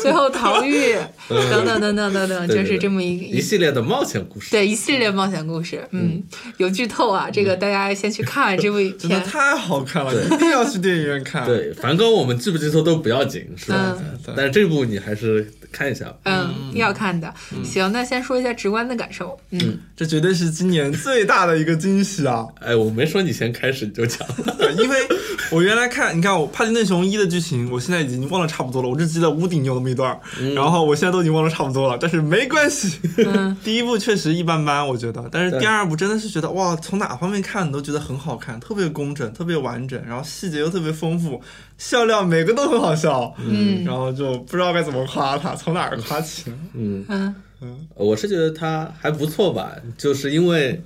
最后逃狱， 等等等等等等，嗯对就对是这么一一一系列的冒险故事。对一系列冒险故事。嗯，有剧透嗯啊，这个大家先去看完这部影真的片。太好看了，一定要去电影院看。，对，梵高我们记不记错都不要紧，是吧嗯？但是这部你还是看一下吧。嗯，要看的。行，那先说一下直观的感受。嗯，这绝对是今年最大的一个惊喜啊！哎，我没说你先开始你就讲，对因为我原来看，你看我《帕丁顿熊一》的剧情，我现在已经忘了差不多了，我只记得屋顶有那么一段儿，嗯然后我现在都已经忘了差不多了，但是没关系。嗯 第一部确实一般般，我觉得，但是对第二部真的是觉得哇，从哪方面看你都觉得很好看，特别工整，特别完整，然后细节又特别丰富，笑料每个都很好笑，嗯，然后就不知道该怎么夸它，从哪儿夸起呢？嗯嗯我是觉得它还不错吧，就是因为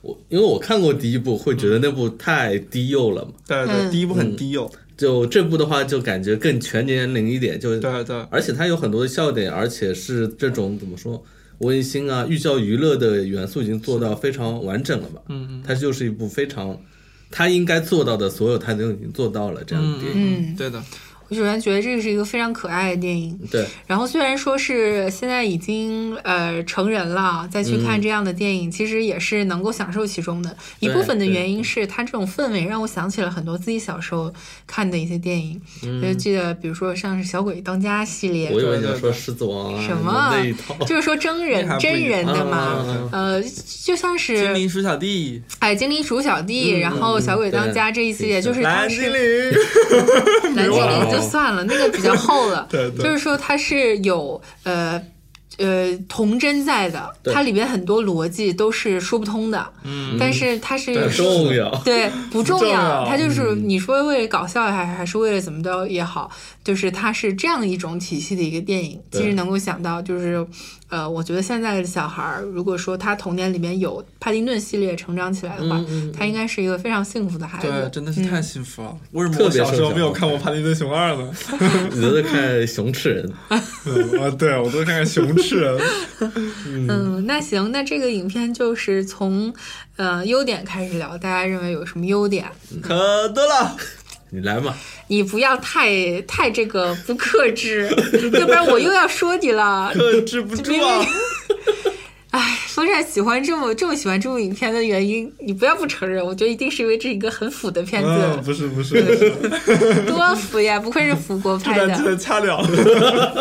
我因为我看过第一部，会觉得那部太低幼了嘛。对对，嗯第一部很低幼，就这部的话，就感觉更全年龄一点，就对对而且它有很多的笑点，而且是这种怎么说温馨啊、寓教于乐的元素已经做到非常完整了吧？嗯嗯，它就是一部非常它应该做到的所有，它都已经做到了这样的电影。嗯对的，我首先觉得这是一个非常可爱的电影。对，然后虽然说是现在已经呃成人了，再去嗯看这样的电影，其实也是能够享受其中的一部分的原因是它这种氛围让我想起了很多自己小时候看的一些电影，就记得比如说像是《小鬼当家》系列，嗯我以为你要对对说《狮子王》啊什么那一套，就是说真 人那还不一真样人的嘛，啊呃，就像精是灵鼠小弟，哎精灵鼠小弟，然后小鬼当家这一系列，嗯对就是它蓝是精灵，蓝精哇灵哦就算了，那个比较厚了。对对就是说它是有呃呃童真在的，对它里边很多逻辑都是说不通的。嗯，但是它是很重要。对，不重重要，要它就是你说为了搞笑还还是为了怎么着也好，就是它是这样一种体系的一个电影。对其实能够想到，就是呃，我觉得现在的小孩儿，如果说他童年里面有帕丁顿系列成长起来的话，他应该是一个非常幸福的孩对，子。真的是嗯太幸福了。为什么特我别小时受候小没有孩看过《帕丁顿熊二》呢？你都在看《熊吃人》， 嗯啊，对，我都看看熊吃人。嗯，那行，那这个影片就是从呃优点开始聊，大家认为有什么优点？可多了，你来嘛？你不要太太这个不克 制，要不然我又要说你了。克制不住啊！ 哎，风是喜欢这么这么喜欢这部影片的原因，你不要不承认，我觉得一定是因为这是一个很腐的片嗯，子，不是不是，不是多腐呀！不愧是腐国嗯 这拍段真的，的掐了。嗯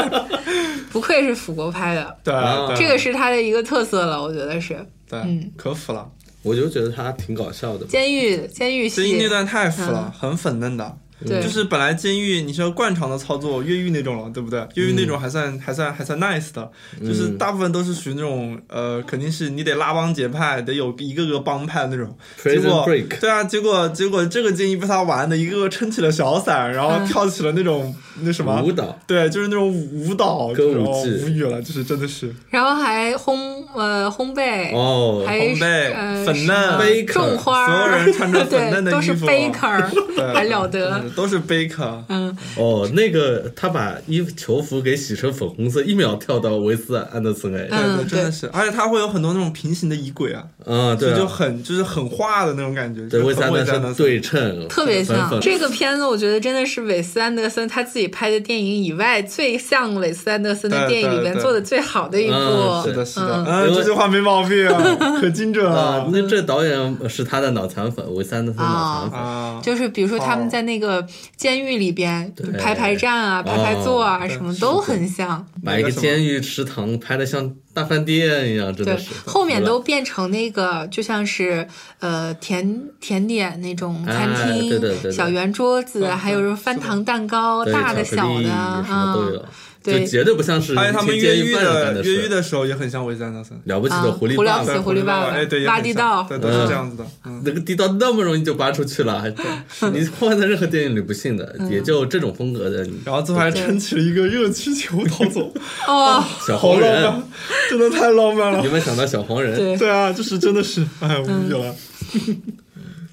不愧是腐国拍的，对啊对这个是他的一个特色了，我觉得是对嗯，可腐了。我就觉得他挺搞笑的。监狱监狱监狱那戏，段太腐了，很粉嫩的。嗯对就是本来监狱你说惯常的操作越狱那种了，对不嗯对？越狱那种还算、还算还算 nice 的，就是大部分都是属于那种呃，肯定是你得拉帮结派，得有一个个帮派那种。结 Prison 果 Break 对啊，结果结果这个监狱被他玩的，一个个撑起了小伞，然后嗯跳起了那种、那什么舞蹈。对，就是那种舞蹈，歌舞然后伎无语了，就是真的是然后还烘呃烘焙，哦，还烘焙呃粉什嫩么 Baker 种花儿，所有人穿着粉嫩 的对，都衣是服 baker， 对还了得真的，是都是 baker，嗯，哦，那个他把衣服囚服给洗成粉红色，一秒跳到维斯安德森哎，嗯对对，真的是，而且它会有很多那种平行的仪轨啊，嗯，对所以啊，就很就是很画的那种感觉，对 就维斯是安很德伪善森的对称，特别像粉粉这个片子，我觉得真的是韦斯安德森他自己拍的电影以外最像韦斯安德森的电对影里对边对做的最好的一部。嗯是的，是的，嗯嗯，这句话没毛病啊，可精准啊了，那这导演是他的脑残粉，维斯安德森脑哦残粉，啊，就是比如说他们在那个监狱里边对排排站嗯啊、排排坐啊，什么都很像。把一个监狱食堂拍的像大饭店一样，真对的是，后面服都了变成那个就像是呃甜甜点那种餐哎对对对厅、对小圆桌子，还有什么翻糖蛋糕，对大的、巧克小力的什么啊都。有，对就绝对不像是而且他们一越天狱监饭干的的越狱事。的时候也很像维斯安德森，了不起啊的狐狸狐狸爸奥斯对爸，狐狸爸爸哎，对，也巴很蒂像道对，都是嗯这样子的，嗯，那个地道那么容易就扒出去了，还 你换在任何电影里不信的，嗯也就这种风格的你 然后最后还撑起了一个热气球逃走， 哦，小好黄浪人漫，，真的太浪漫你了，有没有想到小黄人？对对啊，就是真的是，哎，无语了。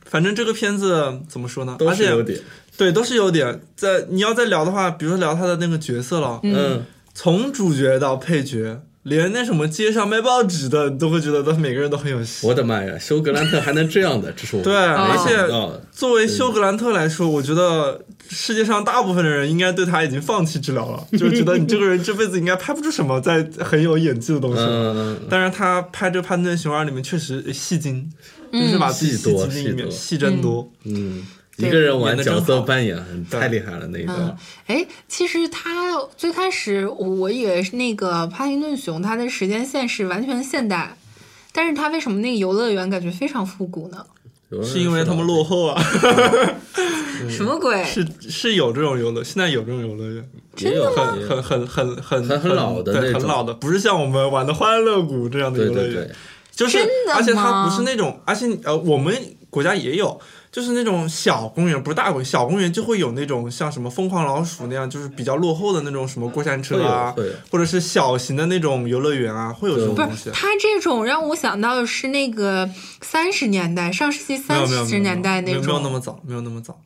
反正这个片子怎么说呢？都是而且有点，对，都是有点在你要再聊的话，比如说聊他的那个角色了，嗯，从主角到配角，连那什么街上卖报纸的，你都会觉得他每个人都很有戏。我的妈呀，休格兰特还能这样的，这是我对，而没想且到的。作为休格兰特来说，我觉得世界上大部分的人应该对他已经放弃治疗了，就觉得你这个人这辈子应该拍不出什么在很有演技的东西了。嗯，但是他拍这个《潘顿熊二》里面确实戏精，就是把自己戏多精进一面，戏戏真多。嗯，对一个人玩角色扮演太厉害了那一嗯段，，哎，其实他最开始我我以为是那个帕丁顿熊，它的时间线是完全现代，但是它为什么那个游乐园感觉非常复古呢？有人是因为他们落后啊，嗯什么鬼？是是有这种游乐，现在有这种游乐园，也有很很很很很很很老的那对，种很老的，不是像我们玩的欢乐谷这样的对游乐对园，对，就是真的吗而且它不是那种，而且呃，我们国家也有，就是那种小公园，不是大公园，小公园就会有那种像什么疯狂老鼠那样，就是比较落后的那种什么过山车啊会有会有，或者是小型的那种游乐园啊，会有这种不东西是，。它这种让我想到的是那个三十年代，上世纪没有三没有没十有年代没有没有那种，么早，没有那么早。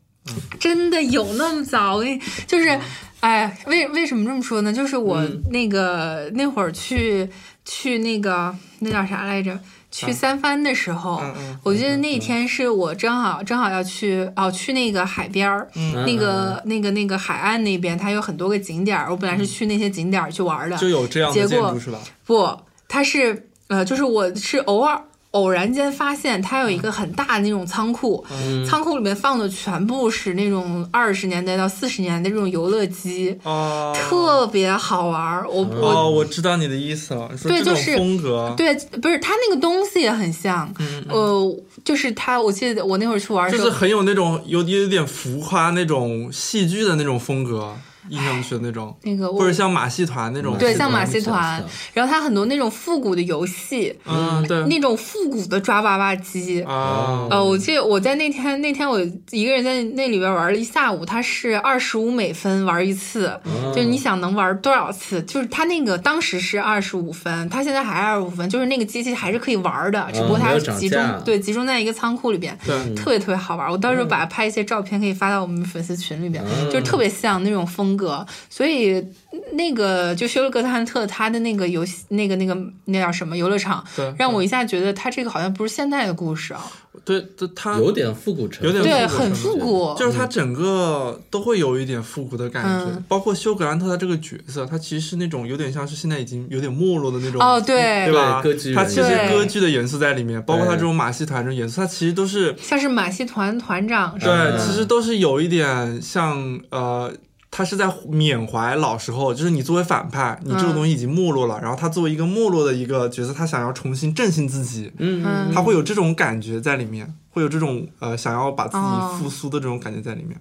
真的有那么早？我跟你嗯就是，哎，为为什么这么说呢？就是我那个、那会儿去去那个那叫啥来着？去三藩的时候，嗯嗯哦我记得那天是我正好正好要去哦，去那个海边儿，嗯嗯那个那个那个海岸那边，它有很多个景点儿。我本来是去那些景点儿去玩儿的，嗯就有这样的结建果筑是吧？不，它是呃，就是我是偶尔。偶然间发现它有一个很大的那种仓库，嗯仓库里面放的全部是那种二十年代到四十年代这种游乐机，哦特别好玩儿。我我哦，我知道你的意思了，你说对这种就是风格，对，不是它那个东西也很像，呃，就是它，我记得我那会儿去玩的嗯就时是候，很有那种有有点浮夸那种戏剧的那种风格，印上去的那种，那个我或者像马戏团那种，对，马戏像马团戏是吧团是吧，然后它很多那种复古的游戏，嗯，对，那种复古的抓娃娃机。啊，呃，嗯我记得我在那天那天我一个人在那里边玩了一下午，它是二十五美分玩一次，哦就是你想能玩多少次？就是它那个当时是二十五分，它现在还二十五分，就是那个机器还是可以玩的，只不过嗯没它有是涨集中、价嗯对集中在一个仓库里边，对特别特别好玩。我到时候把它哦拍一些照片可以发到我们粉丝群里边，就是特别像那种风格，所以那个就休了格汉特他的那个游戏，那个那个那叫什么游乐场，对，让嗯我一下觉得他这个好像不是现代的故事啊，对对他嗯有点复古成有点对，复古很感复古，就是他整个都会有一点复古的感觉，嗯包括休格兰特他这个角色，他其实是那种有点像是现在已经有点没落的那种哦，对对吧？对歌剧他其实元素歌剧的元素在里面，包括他这种马戏团这种元素，他其实都是像是马戏团团长是对，吧，嗯其实都是有一点像呃。他是在缅怀老时候，就是你作为反派，你这个嗯东西已经没落了，然后他作为一个没落的一个角色，他想要重新振兴自己，嗯嗯嗯，他会有这种感觉在里面，会有这种呃想要把自哦己复苏的这种感觉在里面。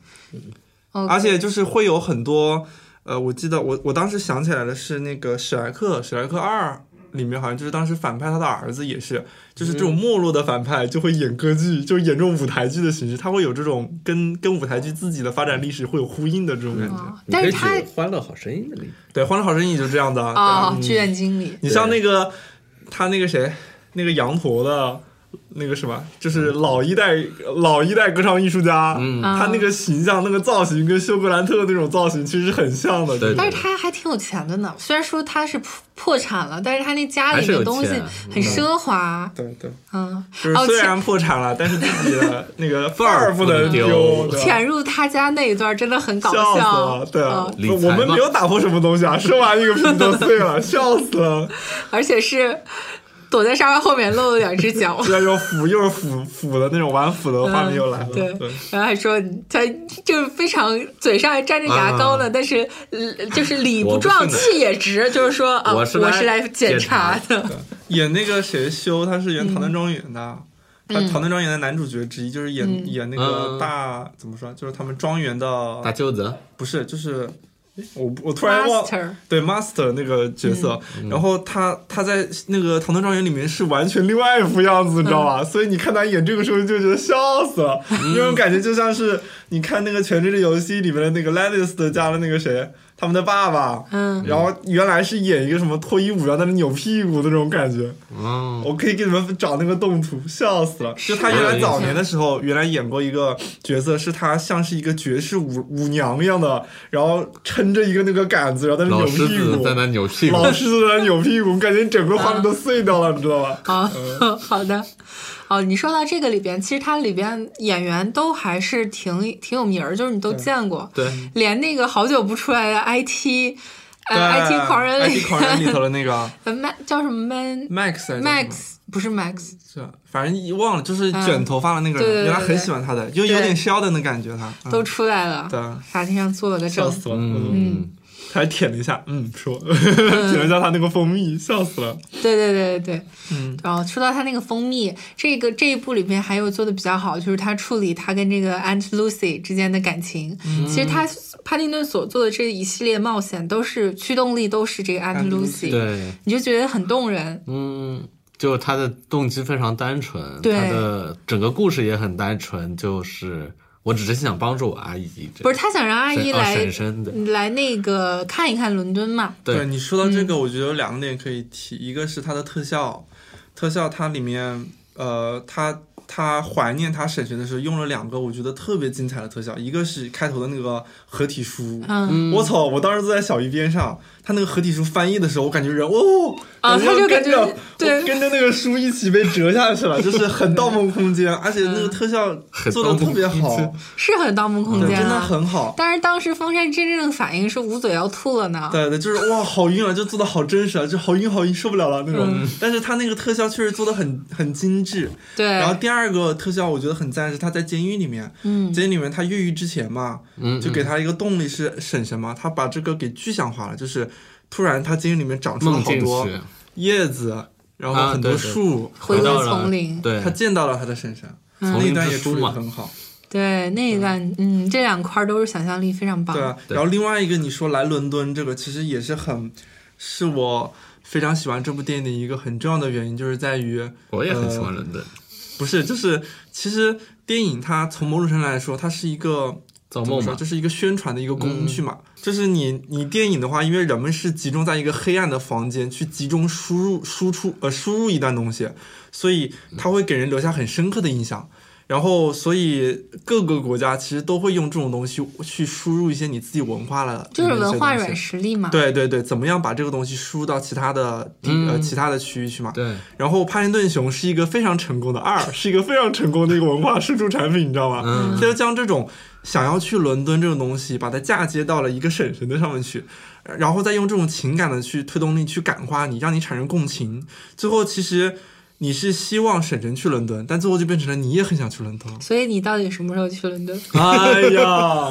OK 而且就是会有很多，呃，我记得我我当时想起来的是那个史莱克，史莱克二里面好像就是当时反派他的儿子也是，就是嗯这种没落的反派就会演歌剧，就演这种舞台剧的形式，他会有这种跟跟舞台剧自己的发展历史会有呼应的这种感觉。啊你但可是以他举欢乐好声音的例子，对，《欢乐好声音》也就这样的啊。对啊哦，剧院经理你像那个他那个谁，那个羊驼的。那个什么，就是老一代老一代歌唱艺术家，嗯他那个形象、那个造型跟休格兰特那种造型其实是很像的。对就是但是他还挺有钱的呢，虽然说他是破破产了，但是他那家还里是有的东西钱嗯很奢华，对对，嗯，就是哦，虽潜然破产了，但是自己 的那个范儿不能不能丢，对吧潜入他家那一段真的很搞笑死笑了，，对啊，嗯理财我嘛们没有打破什么东西啊，说完一个瓶都 碎了，笑死了，而且是躲在沙发后面露了两只脚，这啊又腐又是腐腐的那种玩腐的画面又来了，嗯对对，然后还说他就是非常嘴上还沾着牙膏呢，但是呃就是理不我壮不是气也直，就是说啊，我我是来来检查的，演那个谁修，他是演嗯《唐顿庄园》的。他《唐顿庄园》的男主角之一，就是演、嗯演那个嗯大、怎么说，就是他们庄园大的，舅子，不是就是，诶我不我突然忘 Master 对 Master 那个角色，嗯然后他他在那个《唐顿庄园》里面是完全另外一副样子，你知道嗯吧？所以你看他演这个时候就觉得笑死了，因为我感觉就像是你看那个《权力的游戏》里面的那个 Lannister 加了那个谁，他们的爸爸，嗯，然后原来是演一个什么脱衣舞，然后在那扭屁股的那种感嗯觉。哦，我可以给你们找那个动图，笑死了！就他原来早年的时候，原来演过一个角色，是他像是一个爵士舞舞娘一样的，然后撑着一个那个杆子，然后在那老扭狮屁子股，在那扭屁股， 老师在那嗯扭屁股，感觉整个画面都碎掉了，你知道吧？啊，好 的，哦，你说到这个里边，其实它里边演员都还是挺挺有名儿，就是你都见过，对，连那个好久不出来的 IT，呃对，IT 狂人里，IT 狂人里头的那个 呃，Man 叫什么 Man Max 还是叫什么 Max 不是 Max，是，反正忘了，就是卷头发的那个嗯人，对对对原来很喜欢他的，就有点 Sheldon 的感觉他，都嗯出来了，对法庭上做了个 笑证，死了，嗯嗯，还舔了一下，嗯，说 舔了一下他那个蜂蜜，笑死了。对对对对对，嗯，然后说到他那个蜂蜜，这个这一部里面还有做的比较好，就是他处理他跟这个 Aunt Lucy 之间的感情。嗯其实他帕丁顿所做的这一系列冒险，都是驱动力都是这个 Aunt Aunt Lucy，对，你就觉得很动人。嗯，就他的动机非常单纯，对他的整个故事也很单纯，就是我只是想帮助我阿姨，不是他想让阿阿哦姨来婶婶哦的，来那个看一看伦敦嘛？对你说到这嗯个，我觉得有两个点可以提，一个是它的特效，特效它里面，呃，它它怀念他婶婶的时候用了两个我觉得特别精彩的特效，一个是开头的那个合体书，嗯，我操！我当时坐在小姨边上，他那个合体书翻译的时候，我感觉人哦，啊人要他就感觉跟着对我跟着那个书一起被折下去了，就是很《盗梦空间》，而且那嗯个特效很做的特别好，盗梦空是很《盗梦空对，间》真的啊。很好。但是当时风扇真正的反应是捂嘴要吐了呢。 对对，就是哇，好晕啊，就做的好真实啊，就好晕好晕，受不了了那种。嗯但是他那个特效确实做的很很精致。对，然后第二个特效我觉得很赞是他在监狱里面，嗯监狱里面他越狱之前嘛，嗯就给他一个动力是婶婶嘛，他把这个给具象化了，就是突然他监狱里面长出了嗯梦好进多去，叶子，然后啊很多对对树，回回归到了丛林。对他，见到了他的婶婶，丛那一林段之也处书理得嘛，很好。对，那一段，嗯，这两块都是想象力非常棒。对啊，对然后另外一个你说来伦敦这个，其实也是很，是我非常喜欢这部电影的一个很重要的原因，就是在于我呃也很喜欢伦敦，不是，就是其实电影它从某种程度来说，它是一个。造怎么梦说？嗯嘛，这是一个宣传的一个工具嘛，就是你你电影的话，因为人们是集中在一个黑暗的房间去集中输入输出呃输入一段东西，所以它会给人留下很深刻的印象。然后，所以各个国家其实都会用这种东西去输入一些你自己文化了，就是文化软软实力嘛。，对对对，怎么样把这个东西输入到其他的地、呃其他的区域去嘛？对，然后帕丁顿熊是一个非常成功的 二，是一个非常成功的一个文化输出产品，你知道吗？嗯它就将这种想要去伦敦这种东西，把它嫁接到了一个婶婶的上面去，呃然后再用这种情感的去推动力去感化你，让你产生共情。最后其实你是希望婶婶去伦敦，但最后就变成了你也很想去伦敦。所以你到底什么时候去伦敦？哎呀，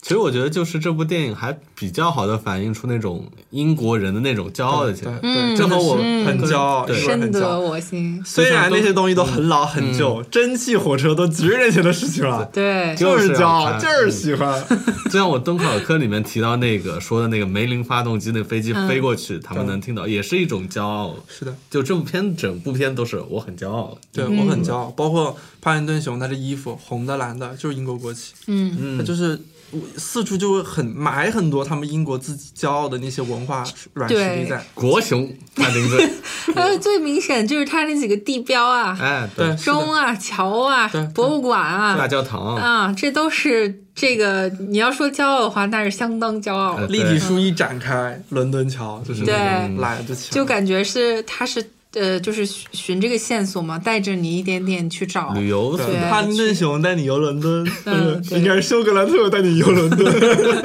其实我觉得就是这部电影还比较好的反映出那种英国人的那种骄傲的情 对绪。对，这和我很骄傲，对一会儿嗯深很骄得傲。我心。虽然那些东西都很老很旧，蒸汽火车都几十年前的事情了，对，就是嗯骄就要傲，就是看是喜 欢。 就像我《敦刻尔克》里面提到那个说的那个梅林发动机那飞机嗯飞过去，他们能听到，也是一种骄傲。是的，就这部片整部片都是我很骄傲。对我很骄傲。包括帕丁顿熊，他的衣服红的蓝的，就是英国国旗，嗯，他就是四处就会很埋很多他们英国自己骄傲的那些文化软实力对在。国雄帕丁顿， 还有最明显就是它那几个地标啊、哎，对，，是钟的，啊、桥啊对、博物馆大啊教堂，啊，这都是这个你要说骄傲的话，那是相当骄傲呃了，立体书一展开，伦敦桥就是那对种来就起来就感觉是它是呃，就是寻寻这个线索嘛，带着你一点点去找。旅游对似的。帕丁顿熊带你游伦敦，嗯嗯对应该是休格兰特带你游伦敦。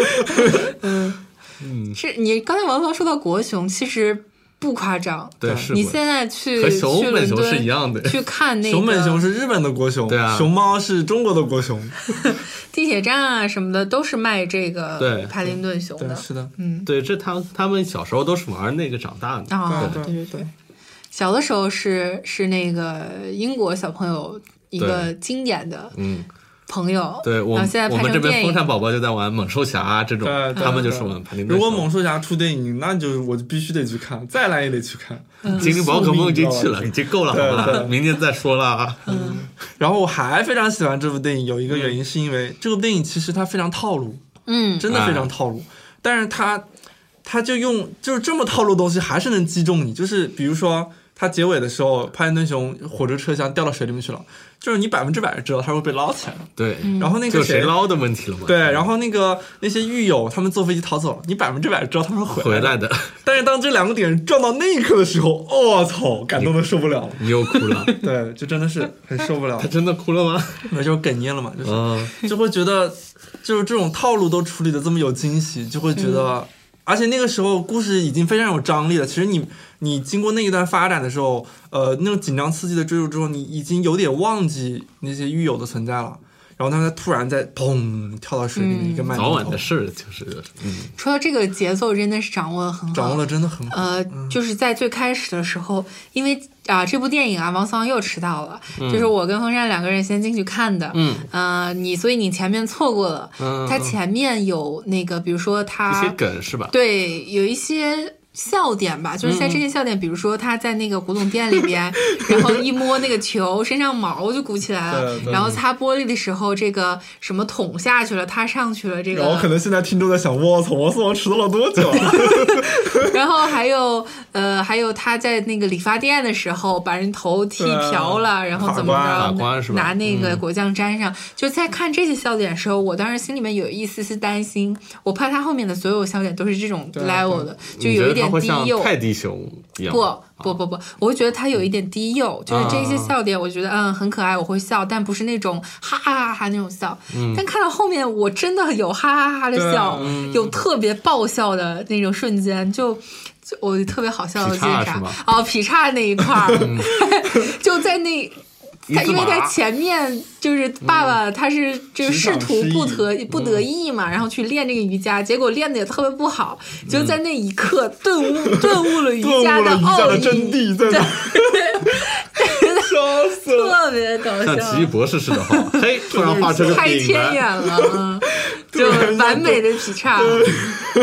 是你刚才王涛说到国雄，其实不夸张，对，对是你过现在去和熊去本伦熊敦是一样的。去看那个熊本熊是日本的国熊，对啊熊猫是中国的国熊，地铁站啊什么的，都是卖这对个帕丁顿熊对，的。是的，嗯，对，这他他们小时候都是玩那个长大的。啊，对对对对对，小的时候是是那个英国小朋友一个经典的嗯，朋友，对我然啊后现在我拍们这成边电风影，扇宝宝就在玩猛兽侠啊这种对，对他们就是对玩帕丁顿熊。如果猛兽侠出电影，那就是我就必须得去看，再来也得去看。嗯精灵宝可梦已经去了，已经够了，好对吧？对嗯明天再说了啊。然后我还非常喜欢这部电影，有一个原因是因嗯为这部电影其实它非常套路，嗯，真的非常啊套路，但是它它就用就是这么套路的东西还是能击中你，就是比如说。它结尾的时候，帕丁顿熊火车车厢掉到水里面去了，就是你百分之百知道它会被捞起来的。对，然后那嗯就个谁捞的问题了嘛？对，然后那个那些狱友他们坐飞机逃走了，你百分之百知道他们会回来的。来的但是当这两个点撞到那一刻的时候，我、操，感动的受不了了。你又哭 了，对，就真的是很受不了他，真的哭了吗？那就是哽咽了嘛，就是 嗯，就会觉得，就是这种套路都处理的这么有惊喜，就会觉得，嗯而且那个时候故事已经非常有张力了。其实你你经过那一段发展的时候，呃，那种紧张刺激的追逐之后，你已经有点忘记那些狱友的存在了。然后他们突然在砰跳到水里面一个嗯慢早镜晚头的，事儿就是，嗯，说到这个节奏，真的是掌握的很好，掌握的真的很好。呃，嗯就是在最开始的时候，因为啊、这部电影啊，王思王又迟到了，嗯就是我跟风扇两个人先进去看的，嗯，呃，你所以你前面错过了，嗯他前面有那个，比如说啊一些他梗是吧？对有一些。笑点吧，就是嗯在这些笑点，比如说他在那个古董店里 边，然后一摸那个球，身上毛就鼓起来了对，对然后擦玻璃的时候，这个什么桶下去了，他上去了，这个然后可能现在听众在想，我操，王思王迟到了多久 啊？ 然后还有呃，还有他在那个理发店的时候把人头剃瓢了，然后怎么法着官法官是吧嗯拿那个果酱粘上，就在看这些笑点的时候，我当时心里面有一丝丝担心，我怕他后面的所有笑点都是这种对啊 level 的，就你觉有得一点他会低像幼。泰迪熊一样不吗？不不不，我会觉得他有一点低幼，就是这些啊笑点，我觉得嗯很可爱，我会笑，但不是那种哈哈哈哈那种笑。嗯但看到后面，我真的有哈哈哈哈的啊对笑，有特别爆笑的那种瞬间，就就我特别好笑的劈是叉是啥吗？嗯哦，劈叉那一块儿， 就在那。他一字因为马嗯他前面就是爸爸，他是就是职试场图失不意得不得意嘛，然后去练这个瑜伽，结果练的也特别不好，就嗯在那一刻顿悟顿悟了瑜顿伽悟了的瑜伽奥的义，真谛在哪？ 笑死了！特别搞像奇异笑， 博士似的哈，嘿，突然画出个太饼天来，眼了。嗯就完美的劈叉，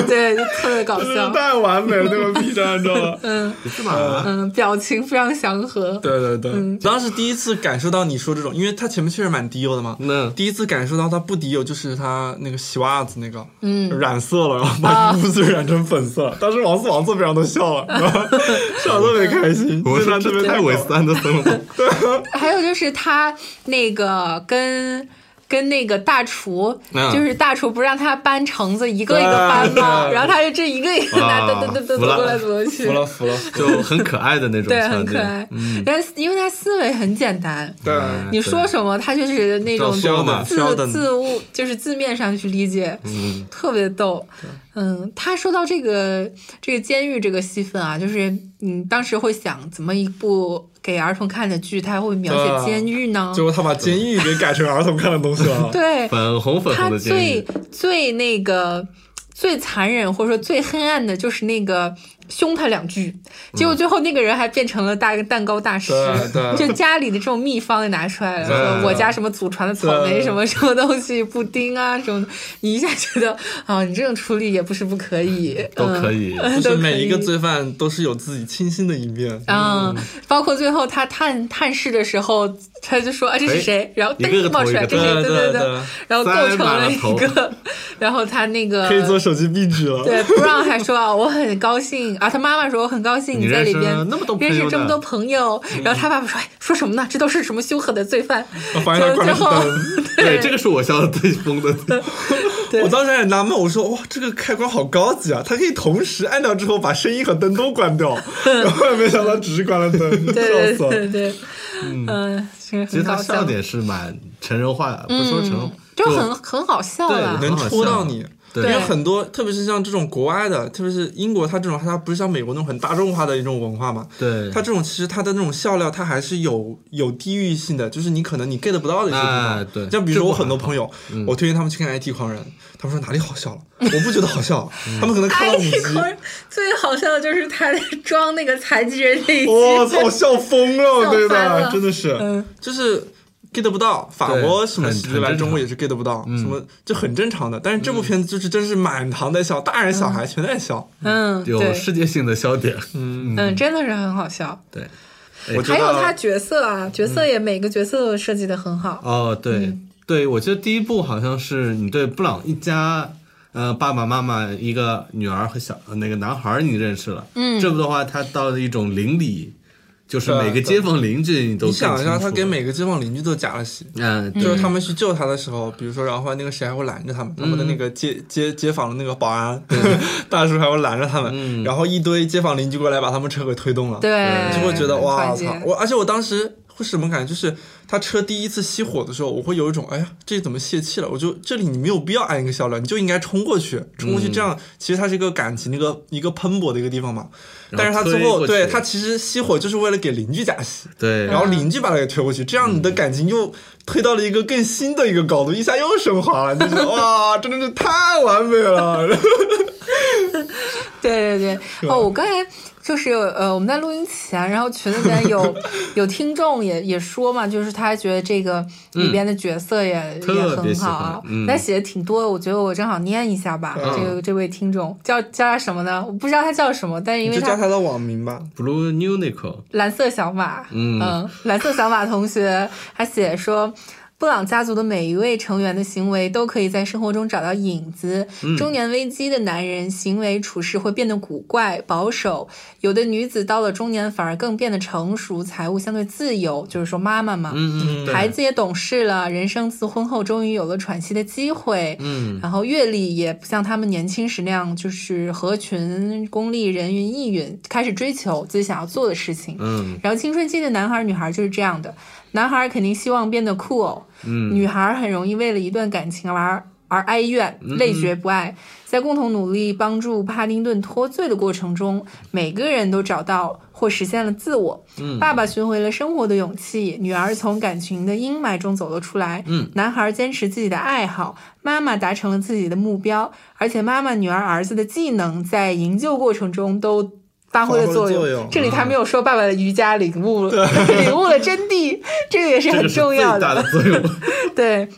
对，就特别搞 笑，太完美了，那个 B 站，你知道吗？嗯你干嘛？嗯，表情非常祥和，对对对，嗯当时第一次感受到你说这种，因为他前面确实蛮低幼的嘛。嗯那第一次感受到他不低幼，就是他那个洗袜子那个，嗯，染色了，然后把啊污渍染成粉色。当时王四、王四非常都笑了，然后笑得特别开心，我这说段特这别太搞伪笑。三的森了。还有就是他那个跟。跟那个大厨，嗯就是大厨不是让他搬橙子一个一个搬吗？对然后他就这一个一个拿，啊噔噔噔噔服走了过来走过去服，了服了，就很可爱的那种对，场很景，可爱。但是因为他思维很简单，啊对，嗯你说什么他就是那种照肖嘛的肖字的，字物就是字面上去理解，嗯特别逗。嗯，他说到这个这个监狱这个戏份啊，就是嗯，当时会想怎么一部给儿童看的剧，他会描对啊写监狱呢结？果他把监狱给改成儿童看的东西 了。对，粉红粉他红的监最狱，最那个最残忍或者说最黑暗的就是那个凶他两句，结果最后那个人还变成了大蛋糕大师。对对就家里的这种秘方也拿出来了，对说我家什么祖传的草莓对什么什么东西布丁啊什么的，你一下觉得啊，你这种处理也不是不可以，都可以，以。嗯就是 都可每一个以罪犯都是有自己清新的一面。嗯，包括最后他探探视的时候，他就说啊这是哎谁，然后一个噔个冒头出一来个这是对谁，对对，然后构成了一塞满了个， 然后他那 个可以做手机壁纸了。对 Brown 还说啊，我很高兴啊，他妈妈说我很高兴你在认里识边了那么多朋认识友嗯这么呢多朋友，然后他爸爸说哎说什么呢？这都是什么凶狠的罪 犯？我发现就他最关的是后灯。对，这个是我笑的最疯 的地方。对我当时还纳闷，我说哇，这个开关好高级啊！它可以同时按掉之后把声音和灯都关 掉，然后也没想到只是关了灯， 对笑死对了。对，嗯，是其实很他搞笑笑，嗯点是蛮成人化的，不是说成人，就很很好笑啊对了。能戳到你，对因为对很多，特别是像这种国外的，特别是英国，它这种它不是像美国那种很大众化的一种文化嘛，对它这种其实它的那种笑料，它还是有有地域性的，就是你可能你 get 不到的一些地方。哎对像比如说我很多这不朋友，嗯我推荐他们去看《IT 狂人》，他们说哪里好笑了，我不觉得好笑，嗯他们可能看 到五 IT 集狂，人最好笑的就是他装那个残疾人那一我集，操，笑疯了，我对笑翻的，了真的是，嗯就是 get 不到。法国什么喜剧很很来正中常国嗯也是 get 不到，什么就很正常的。但是这部片子就是真是满堂在笑，大人小孩全在笑。嗯，有对，世界性的笑点。嗯，真的是很好笑。对，我觉还有他得角色啊，角色也每个角色都设计的很好。哦，对、嗯对，我记得第一部好像是你对布朗一家，呃，爸爸妈妈一个女儿和小那个男孩儿你认识了，嗯，这部的话，他到了一种邻里，就是对啊每个对街坊邻居你都更你想一下，清他楚给每个街坊邻居都加了戏。嗯，对就是他们去救他的时候，比如说，然后那个谁还会拦着他们，他们的嗯那个街街街坊的那个保安 大叔还会拦着他嗯们，然后一堆街坊邻居过来把他们车给推动了。对，就会觉得哇团结操！我而且我当时会什么感觉？就是他车第一次熄火的时候，我会有一种哎呀，这怎么泄气了？我就这里你没有必要按一个销量，你就应该冲过去，冲嗯过去这样。其实它是一个感情的一个一个喷薄的一个地方嘛。然后但是他推最后过去对他其实熄火就是为了给邻居加戏，对，然后邻居把他给推过去，这样你的感情又推到了一个更新的一个高度，一下又升华了，你就 觉得哇，真的是太完美了。对对对，哦，我刚才就是呃，我们在录音前，然后群里面 有有听众也也说嘛，就是他觉得这个里边的角色也、特也别很喜好欢啊嗯，但写的挺多的，我觉得我正好念一下吧。这个这位听众叫叫他什么呢？我不知道他叫什么，但是因你为就叫他他的网名吧。 Blue Unicorn，蓝色小马，嗯蓝色小马同学还写说。布朗家族的每一位成员的行为都可以在生活中找到影子。嗯中年危机的男人行为处事会变得古怪、保守；有的女子到了中年反而更变得成熟，财务相对自由，就是说妈妈嘛。嗯嗯，对孩子也懂事了，人生自婚后终于有了喘息的机会。嗯，然后阅历也不像他们年轻时那样，就是合群、功利、人云亦云，开始追求自己想要做的事情。嗯然后青春期的男孩儿女孩儿就是这样的，男孩儿肯定希望变得酷哦，嗯女孩儿很容易为了一段感情而而哀怨，累觉不爱。在共同努力帮助帕丁顿脱罪的过程中，每个人都找到或实现了自我。爸爸寻回了生活的勇气，女儿从感情的阴霾中走了出来。嗯，男孩坚持自己的爱好，妈妈达成了自己的目标，而且妈妈、女儿、儿子的技能在营救过程中都。发挥了发挥了作用。作用这里他没有说爸爸的瑜伽 领悟了，领悟了真谛，这个也是这很个是重最 要大的作用。 对。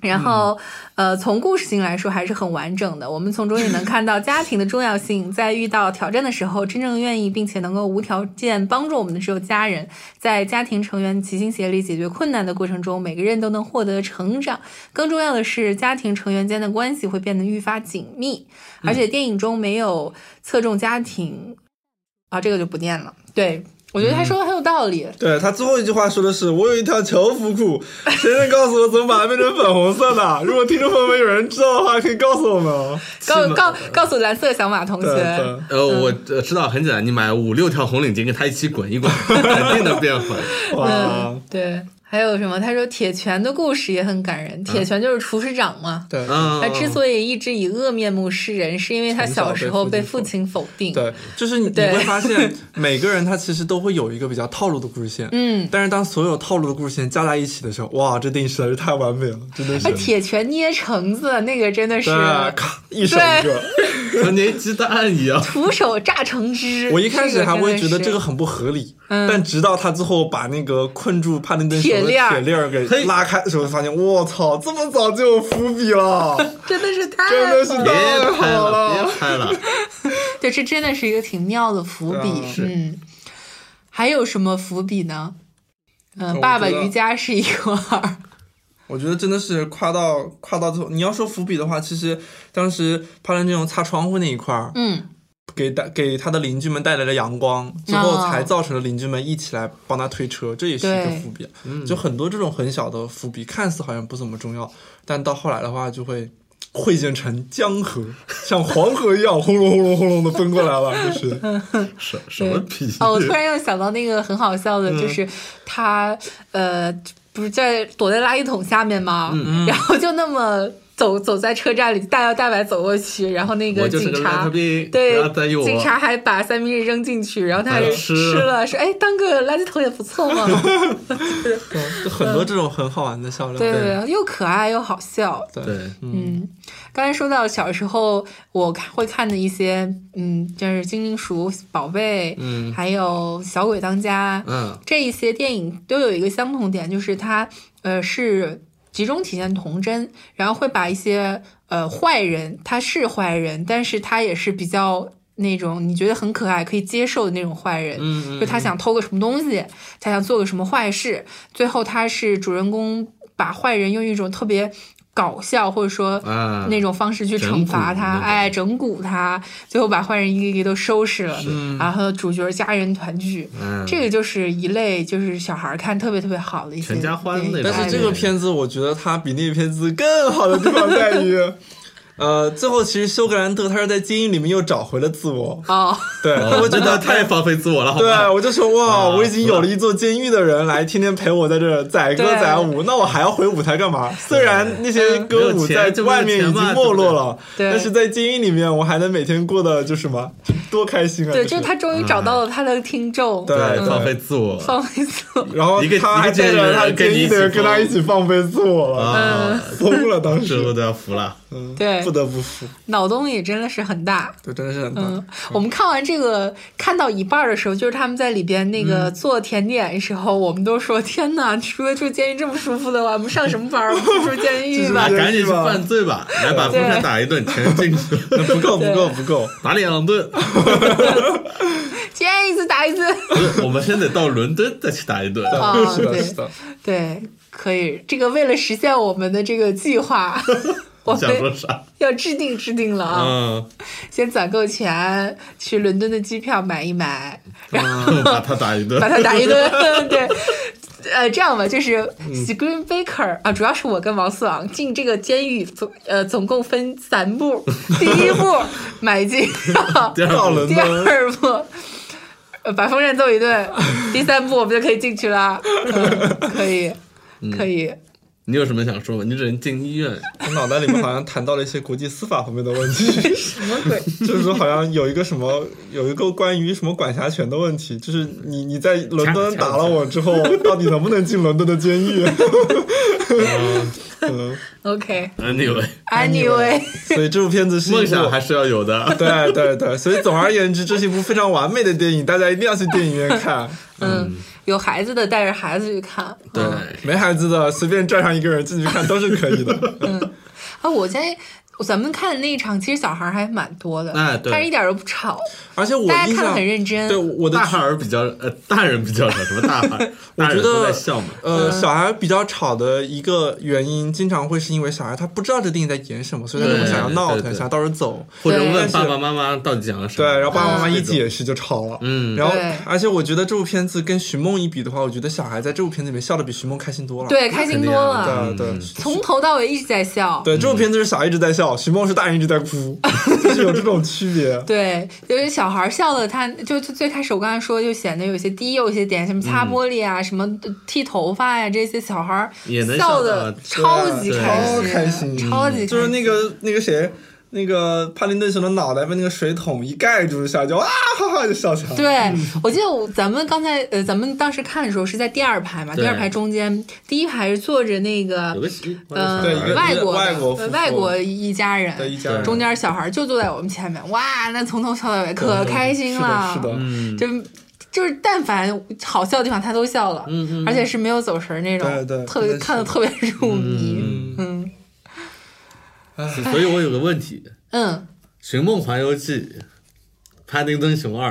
然嗯后，呃，从故事性来说还是很完整的。我们从中 也能看到家庭的重要性，在遇到挑战的时候，真正愿意并且能够无条件帮助我们的只有家人。在家庭成员齐心协力解决困难的过程中，每个人都能获得成长。更重要的是，家庭成员间的关系会变得愈发紧密。嗯而且电影中没有侧重家庭，啊，这个就不念了。对我觉得他嗯说的很有道理。对他最后一句话说的是：“我有一条囚服 裤，谁能告诉我怎么把它变成粉红色的？如果听众朋友们有人知道的话，可以告诉我们哦。告告告诉蓝色小马同对”学，对呃，我呃知道很简单，你买五六条红领巾跟他一起滚一 滚，肯定能变粉。哇啊嗯，，对，还有什么？他说铁拳的故事也很感人。嗯铁拳就是厨师长嘛，对嗯，他之所以一直以恶面目示人，是因为他小时候被父亲否定。对，就是你你对会发现每个人他其实都会有一个比较套路的故事线，嗯，但是当所有套路的故事线加在一起的时候，哇，这电影实在是太完美了，真的是而。铁拳捏橙子那个真的是对，啊咔，一手一个。和捏鸡蛋一样。徒手榨橙汁。我一开始还会觉得这真个的很不合理，嗯但直到他最后把那个困住帕丁顿手的铁链儿铁链儿给啊嘿拉开的时候，发现我操，这么早就有伏笔了， 是真的是太真的是好了别太拍了，好了别。拍了。对，这真的是一个挺妙的伏笔。对啊是嗯，还有什么伏笔呢？嗯、我觉爸爸得瑜伽是一块儿，我觉得真的是跨到跨到最后，你要说伏笔的话，其实当时帕兰这种擦窗户那一块儿， 嗯，给带给他的邻居们带来了阳光，之后才造成了邻居们一起来帮他推车，这也是一个对伏笔。嗯就很多这种很小的伏笔，看似好像不怎么重要，但到后来的话就会汇集成江河，像黄河一样轰隆轰隆轰隆的奔过来 了，就是什什么嗯屁？哦， 我突然又想到那个很好笑的，就是他呃，不是在躲在垃圾桶下面吗？嗯然后就那么走走在车站里，大摇大摆走过去，然后那我就是警个邋察遢逼，不要在意对，我。警察还把三明治扔进去，然后他还还吃吃了，说哎，当个垃圾桶也不错 嘛。就很多这种很好玩的笑料。对对对，又可爱又好笑。对对，嗯，刚才说到小时候我看会看的一些，嗯，就是《精灵鼠宝贝》，嗯还有《小鬼当家》， 嗯，这一些电影都有一个相同点，就是它呃是集中体现童真，然后会把一些呃坏人，他是坏人，但是他也是比较那种你觉得很可爱可以接受的那种坏人，嗯就他想偷个什么东西，他想做个什么坏事，最后他是主人公把坏人用一种特别搞笑或者说啊，那种方式去整惩蛊罚那他，种哎，整蛊他，最后把坏人一个一个都收拾了，然后主角家人团聚，嗯这个就是一类就是小孩儿看特别特别好的一些全家欢电影那种但是这个对片子，我觉得它比那个片子更好的地方在 于，呃，最后其实休格兰特他是在精英里面又找回了自我，哦，对，他会觉得那太放飞自我了，好对，吧？我就说哇，啊我已经有了一座监狱的人来天天陪我在这儿载歌对载舞，那我还要回舞台干嘛？虽然那些歌舞没有钱在就没有外面已钱经嘛没落了，对不对对但是在监狱里面，我还能每天过得就什么，就多开心啊！对，就就是他终于找到了他的听众，对对，放飞自我。放飞自我，然后一个他还一个带监狱着人他跟监你狱一的起人跟他疯一起放飞自我了，啊，嗯疯了当这我时，都要服了。嗯对不得不服，脑洞也真的是很大。 对，真的是很嗯，我们看完这个看到一半儿的时候，就是他们在里边那嗯个做甜点的时候，我们都说：“天哪，除了住监狱这么舒服的话，我们上什么班儿？我们不住监狱吧那 这是赶紧去犯罪吧，来把风扇打一顿，全进去，不够，不够，不够，打两顿。？” 见一次打一 次。不是我们先得到伦敦再去打一顿。啊是的，对是的，对，可以。这个为了实现我们的这个计 划，我想说们啥？要制定制定了啊！嗯，先攒够钱去伦敦的机票买一买，啊 把他打一顿把。他打一 顿。对，呃，这样吧，就是嗯 Screen Baker 啊，主要是我跟王思昂进这个监狱总呃总共分三 步，第一步买机票，第二到轮伦第敦。二步。呃把风扇揍一顿，第三步我们就可以进去了，嗯、可以，嗯可以，你有什么想说吗？你只能进医院。我脑袋里面好像谈到了一些国际司法方面的问题，什么鬼？ 就是说好像有一个什么，有一个关于什么管辖权的问题，就是你你在 伦敦打了我之后，到底能不能进伦敦的监狱？嗯， Anyway， OK，Anyway，、所以这部片子是一部梦想还是要有的。对对对，所以总而言之，这是一部非常完美的电影，大家一定要去电影院看。嗯，有孩子的带着孩子去看。嗯对，没孩子的随便拽上一个人进去看都是可以 的。啊，我在咱们看的那一场，其实小孩还蛮多的，哎对但是一点都不吵，而且我大家印看得象很认真对我的大孩儿比较呃，大人比较少，什么大孩儿？大人都在笑嘛。呃，嗯小孩比较吵的一个原因，经常会是因为小孩他不知道这电影在演什么，所以他对就会想要嗯闹对腾，对想要到处走。或者对嗯问但爸是爸妈妈到底讲了什对，么？然后爸爸妈妈一这种解释就吵了。嗯然后对而且我觉得这部片子跟《寻梦》一比的话，我觉得小孩在这部片子里面笑的比《寻梦》开心多了。对，开心肯定多啊了。对对嗯从头到尾一直在笑。对，这部片子是小孩一直在笑，《寻梦》是大人一直在哭，就是有这种区 别。对，就是小孩笑的他，就就最开始我刚才说，就显得有些低幼一些点，什么擦玻璃啊，什么剃头发呀、这些小孩也能笑笑的的超级对开超开心超级开心就是那个那个谁，那个帕丁顿熊的脑袋被那个水桶一盖住，一下就啊哈哈就笑起来了。对，我记得我咱们刚才呃，咱们当时看的时候是在第二排嘛，第对二排中间，第一排是坐着那个有个习惯嗯呃对一个外国的外国夫妇呃外国一家人，对一家人中间小孩就坐在我们前面，哇，那从头笑到尾，可开心了，是的，是的，嗯，就就是但凡好笑的地方，他都笑了，嗯嗯，而且是没有走神儿那种，对对特别真的是看的特别入迷，嗯，嗯所以我有个问题，《嗯，寻梦环游记》《帕丁顿熊二》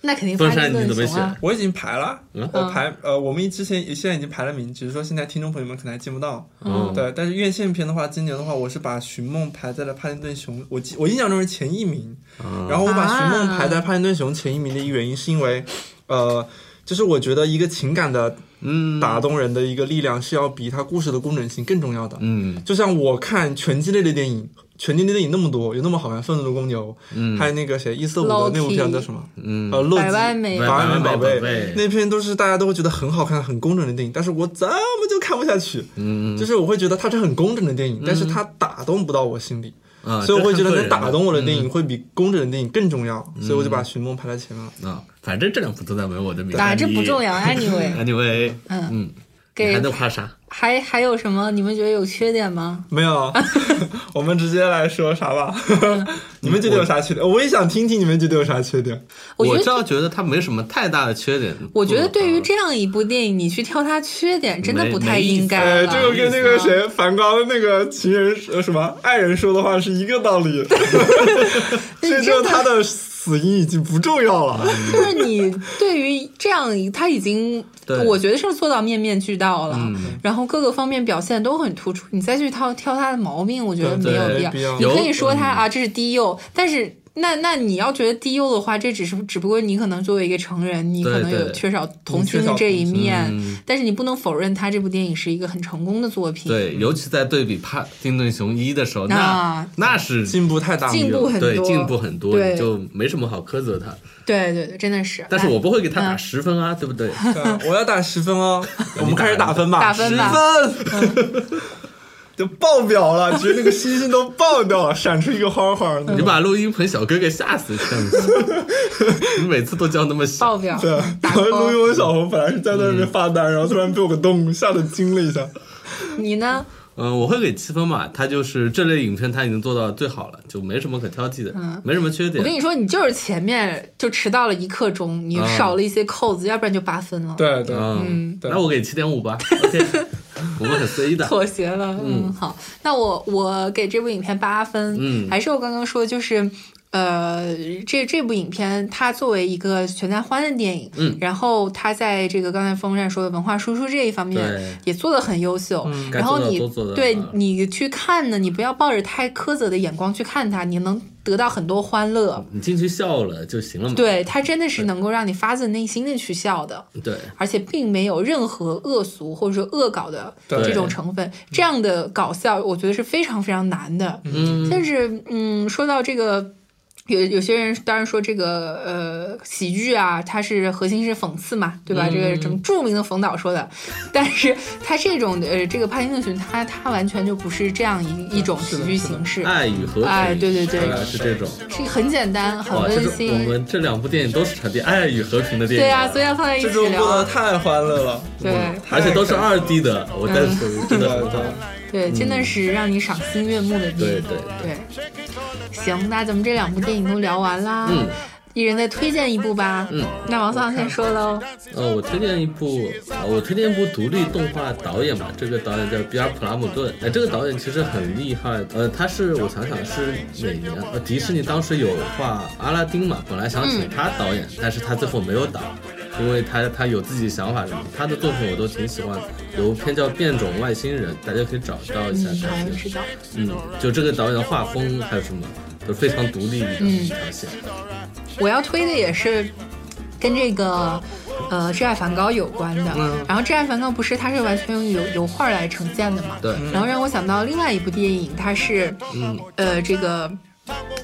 那肯定风发扇生你的怎么熊啊选？我已经排了，嗯我排呃，我们之前现在已经排了名，只是说现在听众朋友们可能还见不到。嗯对，但是院线片的话，今年的话，我是把《寻梦》排在了《帕丁顿熊》，我记我印象中是前一名。嗯然后我把《寻梦》排在《帕丁顿熊》前一名的一个原因，是因为，呃，就是我觉得一个情感的嗯打动人的一个力量，是要比它故事的工整性更重要的。嗯就像我看拳击类的电影，拳击类的电影那么多，有那么好看《愤怒的公牛》，还有那个谁伊瑟伍德那部片叫什么？嗯呃，洛基百万美百万百万美贝宝贝那篇都是大家都会觉得很好看、很工整的电影，但是我怎么就看不下去？嗯就是我会觉得它是很工整的电影，但是它打动不到我心里，啊，所以我会觉这得很能个人嗯打的动我的电影会比工整的电影更重要，所以我就把《寻梦》排在前面了。啊，反正这两部都在没我的名单啊，里。这不重 要，anyway， Anyway，嗯嗯，你给还能夸啥？还还有什么？你们觉得有缺点吗？没有，啊 我们直接来说啥 吧？你们觉得有啥缺点？我也想听听你们觉得有啥缺点。我觉我得倒觉得它没什么太大的缺点。我觉得对于这样一部电影，你去挑它缺点，真的嗯没不太应该哎，了。这个跟那个谁梵高的那个情人呃什么爱人说的话是一个道理， 所以说他的死因已经不重要了。就是你对于这样一，他已经，对嗯我觉得是做到面面俱到了，然后各个方面表现都很突出。你再去挑挑他的毛病，我觉得没对有对必要。没必要你可以有说他嗯啊，这是低幼，但是。那那你要觉得低幼的话，这只是只不过你可能作为一个成人，你对可能有对缺少童你缺心的少这童一心面，嗯但是你不能否认他这部电影是一个很成功的作品。对，尤其在对比《帕丁顿熊一》的时候，啊那那是进步太大了，进步很多，对进步很多，对哎你就没什么好苛责他。对对对，真的是。但是我来不会给他嗯打十分啊，对不对？对我要打十 分哦，我们开始打分吧，打分吧十分。就爆表了，觉得那个星星都爆掉了，闪出一个花花。 你把录音棚小哥给吓死，真的是你每次都叫那么爆小，表， 对，打然后勾陆永小红本来是在那边发呆，然后突然被我给动，吓得惊了一下。你呢？嗯，我会给七分吧。他就是这类影片，他已经做到最好了，就没什么可挑剔的，没什么缺嗯我跟点。你说，你就是前面就迟到了一刻钟，你啊少了一些扣子，要不然就八分了，对对，嗯，对那我给七点五吧。OK，我们很随意的。妥协了。嗯，好，那我我给这部影片八分，嗯还是我刚刚说，就是。呃，这这部影片它作为一个全家欢的电影，嗯，然后它在这个刚才风扇说的文化输出这一方面对也做得很优秀，该嗯然后做的你都做到对了你去看呢，你不要抱着太苛责的眼光去看它，你能得到很多欢乐，你进去笑了就行了嘛。对，它真的是能够让你发自内心的去笑的，对，而且并没有任何恶俗或者说恶搞的对这种成分。这样的搞笑，我觉得是非常非常难的。嗯，但是，嗯，说到这个。有有些人当然说这个呃喜剧啊，它是核心是讽刺嘛，对吧？这嗯个什么著名的冯导说的，但是它这种呃这个帕丁顿熊，它它完全就不是这样一一种喜剧形式，爱与和平，哎对对对啊是这种。是很简单很哇，这温是我馨，们这两部电影都是传递爱与和平的电影。对啊，所以要放在一起这种聊过得啊，太欢乐了，对。而且都是二 D 的，我但是真的对嗯很好对。对，真的是让你赏心悦目的电嗯对影。对对行，那咱们这两部电影都聊完啦，嗯，一人再推荐一部吧。嗯，那王丧先说喽。呃，我推荐一部，啊，我推荐一部独立动画导演吧，这个导演叫比尔·普拉姆顿。哎，这个导演其实很厉害，呃，他是我想想是哪年？呃，迪士尼当时有画《阿拉丁》嘛，本来想请他导嗯演，但是他最后没有导，因为他他有自己想法什么。他的作品我都挺喜欢的，有部片叫《变种外星人》，大家可以找到一下嗯，好他像的知道。嗯，就这个导演的画风还有什么，都非常独立的一条嗯线。我要推的也是跟这个呃《挚爱梵高》有关的。嗯然后《挚爱梵高》不是它是完全用油油画来呈现的嘛？对，然后让我想到另外一部电影，它是嗯，呃这个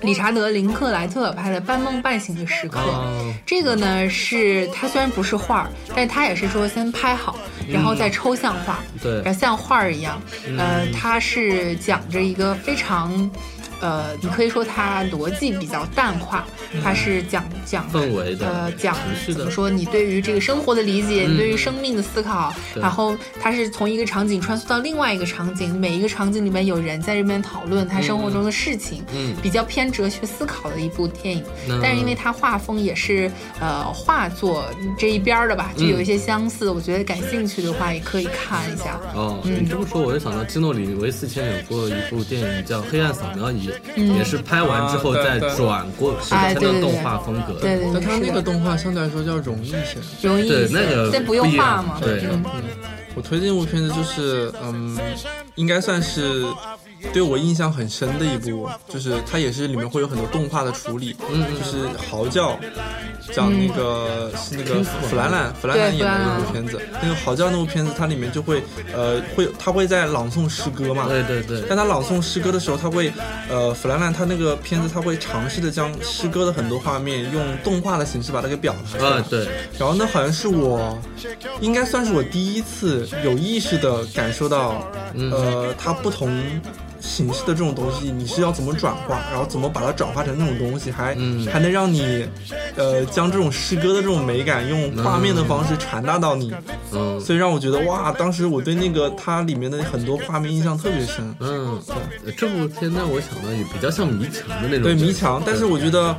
理查德·林克莱特拍的《半梦半醒的时刻》。哦，这个呢是它虽然不是画儿，但是它也是说先拍好，然后再抽象化，嗯对嗯然后像画儿一样。呃，它是讲着一个非常，呃，你可以说它逻辑比较淡化，它是讲讲嗯氛围的呃，讲情绪怎的么说你对于这个生活的理解，嗯你对于生命的思考，对然后它是从一个场景穿梭到另外一个场景，每一个场景里面有人在这边讨论他生活中的事情，嗯比较偏哲学思考的一部电影。嗯但是因为它画风也是呃画作这一边儿的吧，就嗯有一些相似，我觉得感兴趣的话也可以看一下。哦，嗯你这么说，我就想到基诺里维斯以前演过一部电影叫《黑暗扫描仪》，也是拍完之后啊对再对转过是嗯哎对变成对对动画风格。对对但对，它是那个的，动画相对来说要容易一些。容易一对些，那个但不不用一样画嘛，对嗯我推荐一部片子，就是嗯，应该算是对我印象很深的一部，就是它也是里面会有很多动画的处理，嗯，就是《嚎叫》，讲那个、是那个弗兰兰弗兰兰对弗演的兰那兰部片子，那个《嚎叫》那部片子，它里面就会呃会他会在朗诵诗歌嘛，对对对但他朗诵诗歌的时候，他会，呃，弗兰兰他那个片子他会尝试的将诗歌的很多画面用动画的形式把它给表达出来。啊对，然后那好像是我，应该算是我第一次有意识的感受到，呃，它不同形式的这种东西，你是要怎么转化，然后怎么把它转化成那种东西，还、还能让你，呃，将这种诗歌的这种美感用画面的方式传达到你，嗯所以让我觉得哇，当时我对那个它里面的很多画面印象特别深。嗯，这部片让我想到也比较像迷墙的那种。对迷墙，但是我觉得，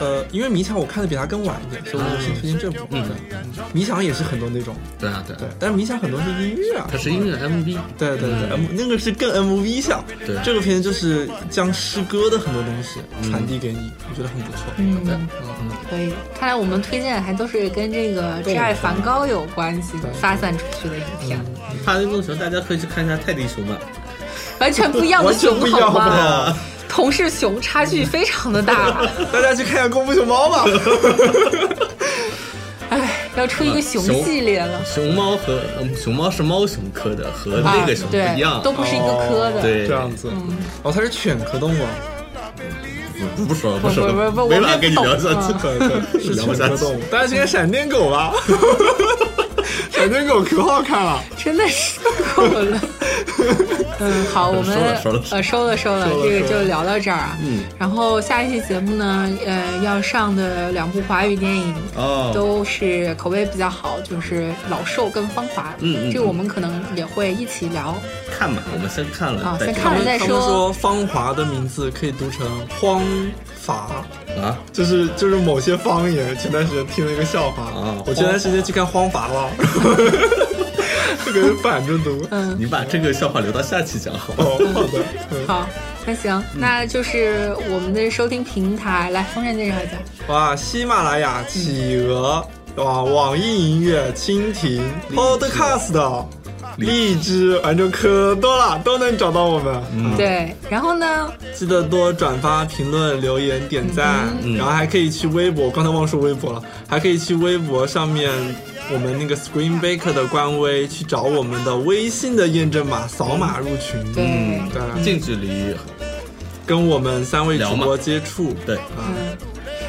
呃，因为迷墙我看的比它更晚一点，所以我就先推荐这部。嗯对，嗯迷墙也是很多那种，对啊对啊对，，但是迷墙很多是音乐啊它。是音乐 MV。对对对嗯，M 那个是更 MV 像，对嗯这个片就是将诗歌的很多东西传递给你，我觉得很不错。嗯，可以。看来我们推荐还都是跟这个《挚爱梵高》有关系的，发散出去的影片，帕丁顿熊，大家可以去看一下泰迪熊吧。完全不一样的完全熊不一好样好不吗？好？同是熊，差距非常的 大。大家去看一下《功夫熊猫》吧。哎，要出一个熊啊熊系列了，熊猫和嗯熊猫是猫熊科的，和那个熊啊、不一对，样。都不是一个科的。对这样子，哦，它是犬科动物啊，不不说了不说不了，不不没我法们跟你懂聊下嗯去。对对，是聊不犬下科去动物。大家去看《闪电狗》 吧，《闪电狗》可好看了。真的是够 了。嗯，好，我们收了收呃收了收了，这个就聊到这儿啊。嗯，然后下一期节目呢，呃，要上的两部华语电影。哦，都是口碑比较好，就是老寿跟芳华，嗯嗯这个我们可能也会一起聊看吧，我们先看啊了，再先决看了再他们说芳华的名字可以读成荒法，定啊。就是就是某些方言。前段时间听了一个笑话，啊我前段时间去看荒法了， 这个人反着读。你把这个笑话留到下期讲好吗？哦，好的，嗯好，那行，那就是我们的收听平台，来风扇介绍一下。哇，喜马拉雅、企鹅、哇，网易音乐、蜻蜓、Podcast、荔枝，反正可多了，都能找到我们。嗯，对，然后呢，记得多转发、评论、留言、点赞，嗯然后还可以去微博，刚才忘说微博了，还可以去微博上面我们那个 Screen Baker 的官微去找我们的微信的验证码，扫码入群。对，对， 近距离跟我们三位主聊播嘛接触，对，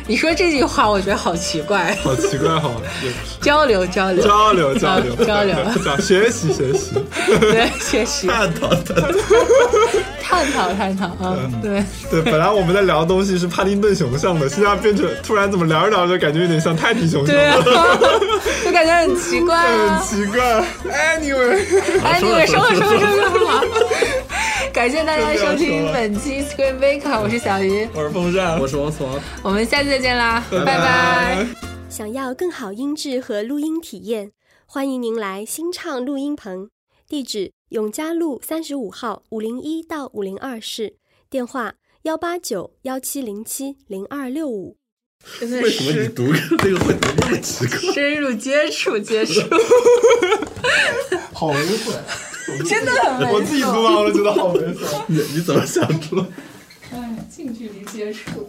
你说这句话，我觉得好奇怪， 好奇怪哈、也不是交流交流，交流交流啊 交流 想学习学习。对，确实，探讨的。探讨探讨啊，嗯对，对，本来我们在聊的东西是帕丁顿熊上的，现在变成突然怎么聊着聊着感觉有点像泰迪熊上对啊 了，就感觉很奇怪很啊。奇怪。Anyway。哎，你们收了收了收了收了。感谢大家收听本期 Screen Baker，我是小鱼，我是风扇，我是王思王。我们下次再见啦，拜拜。想要更好音质和录音体验，欢迎您来新唱录音棚，地址永嘉路三十五号五零一到五零二室，电话幺八九幺七零七零二六五。真的为什么你是读这个会读那么奇怪？深入接触接 触，好猥琐，真的很我自己读完我都觉得好猥琐。你你怎么想出来？嗯，近距离接触。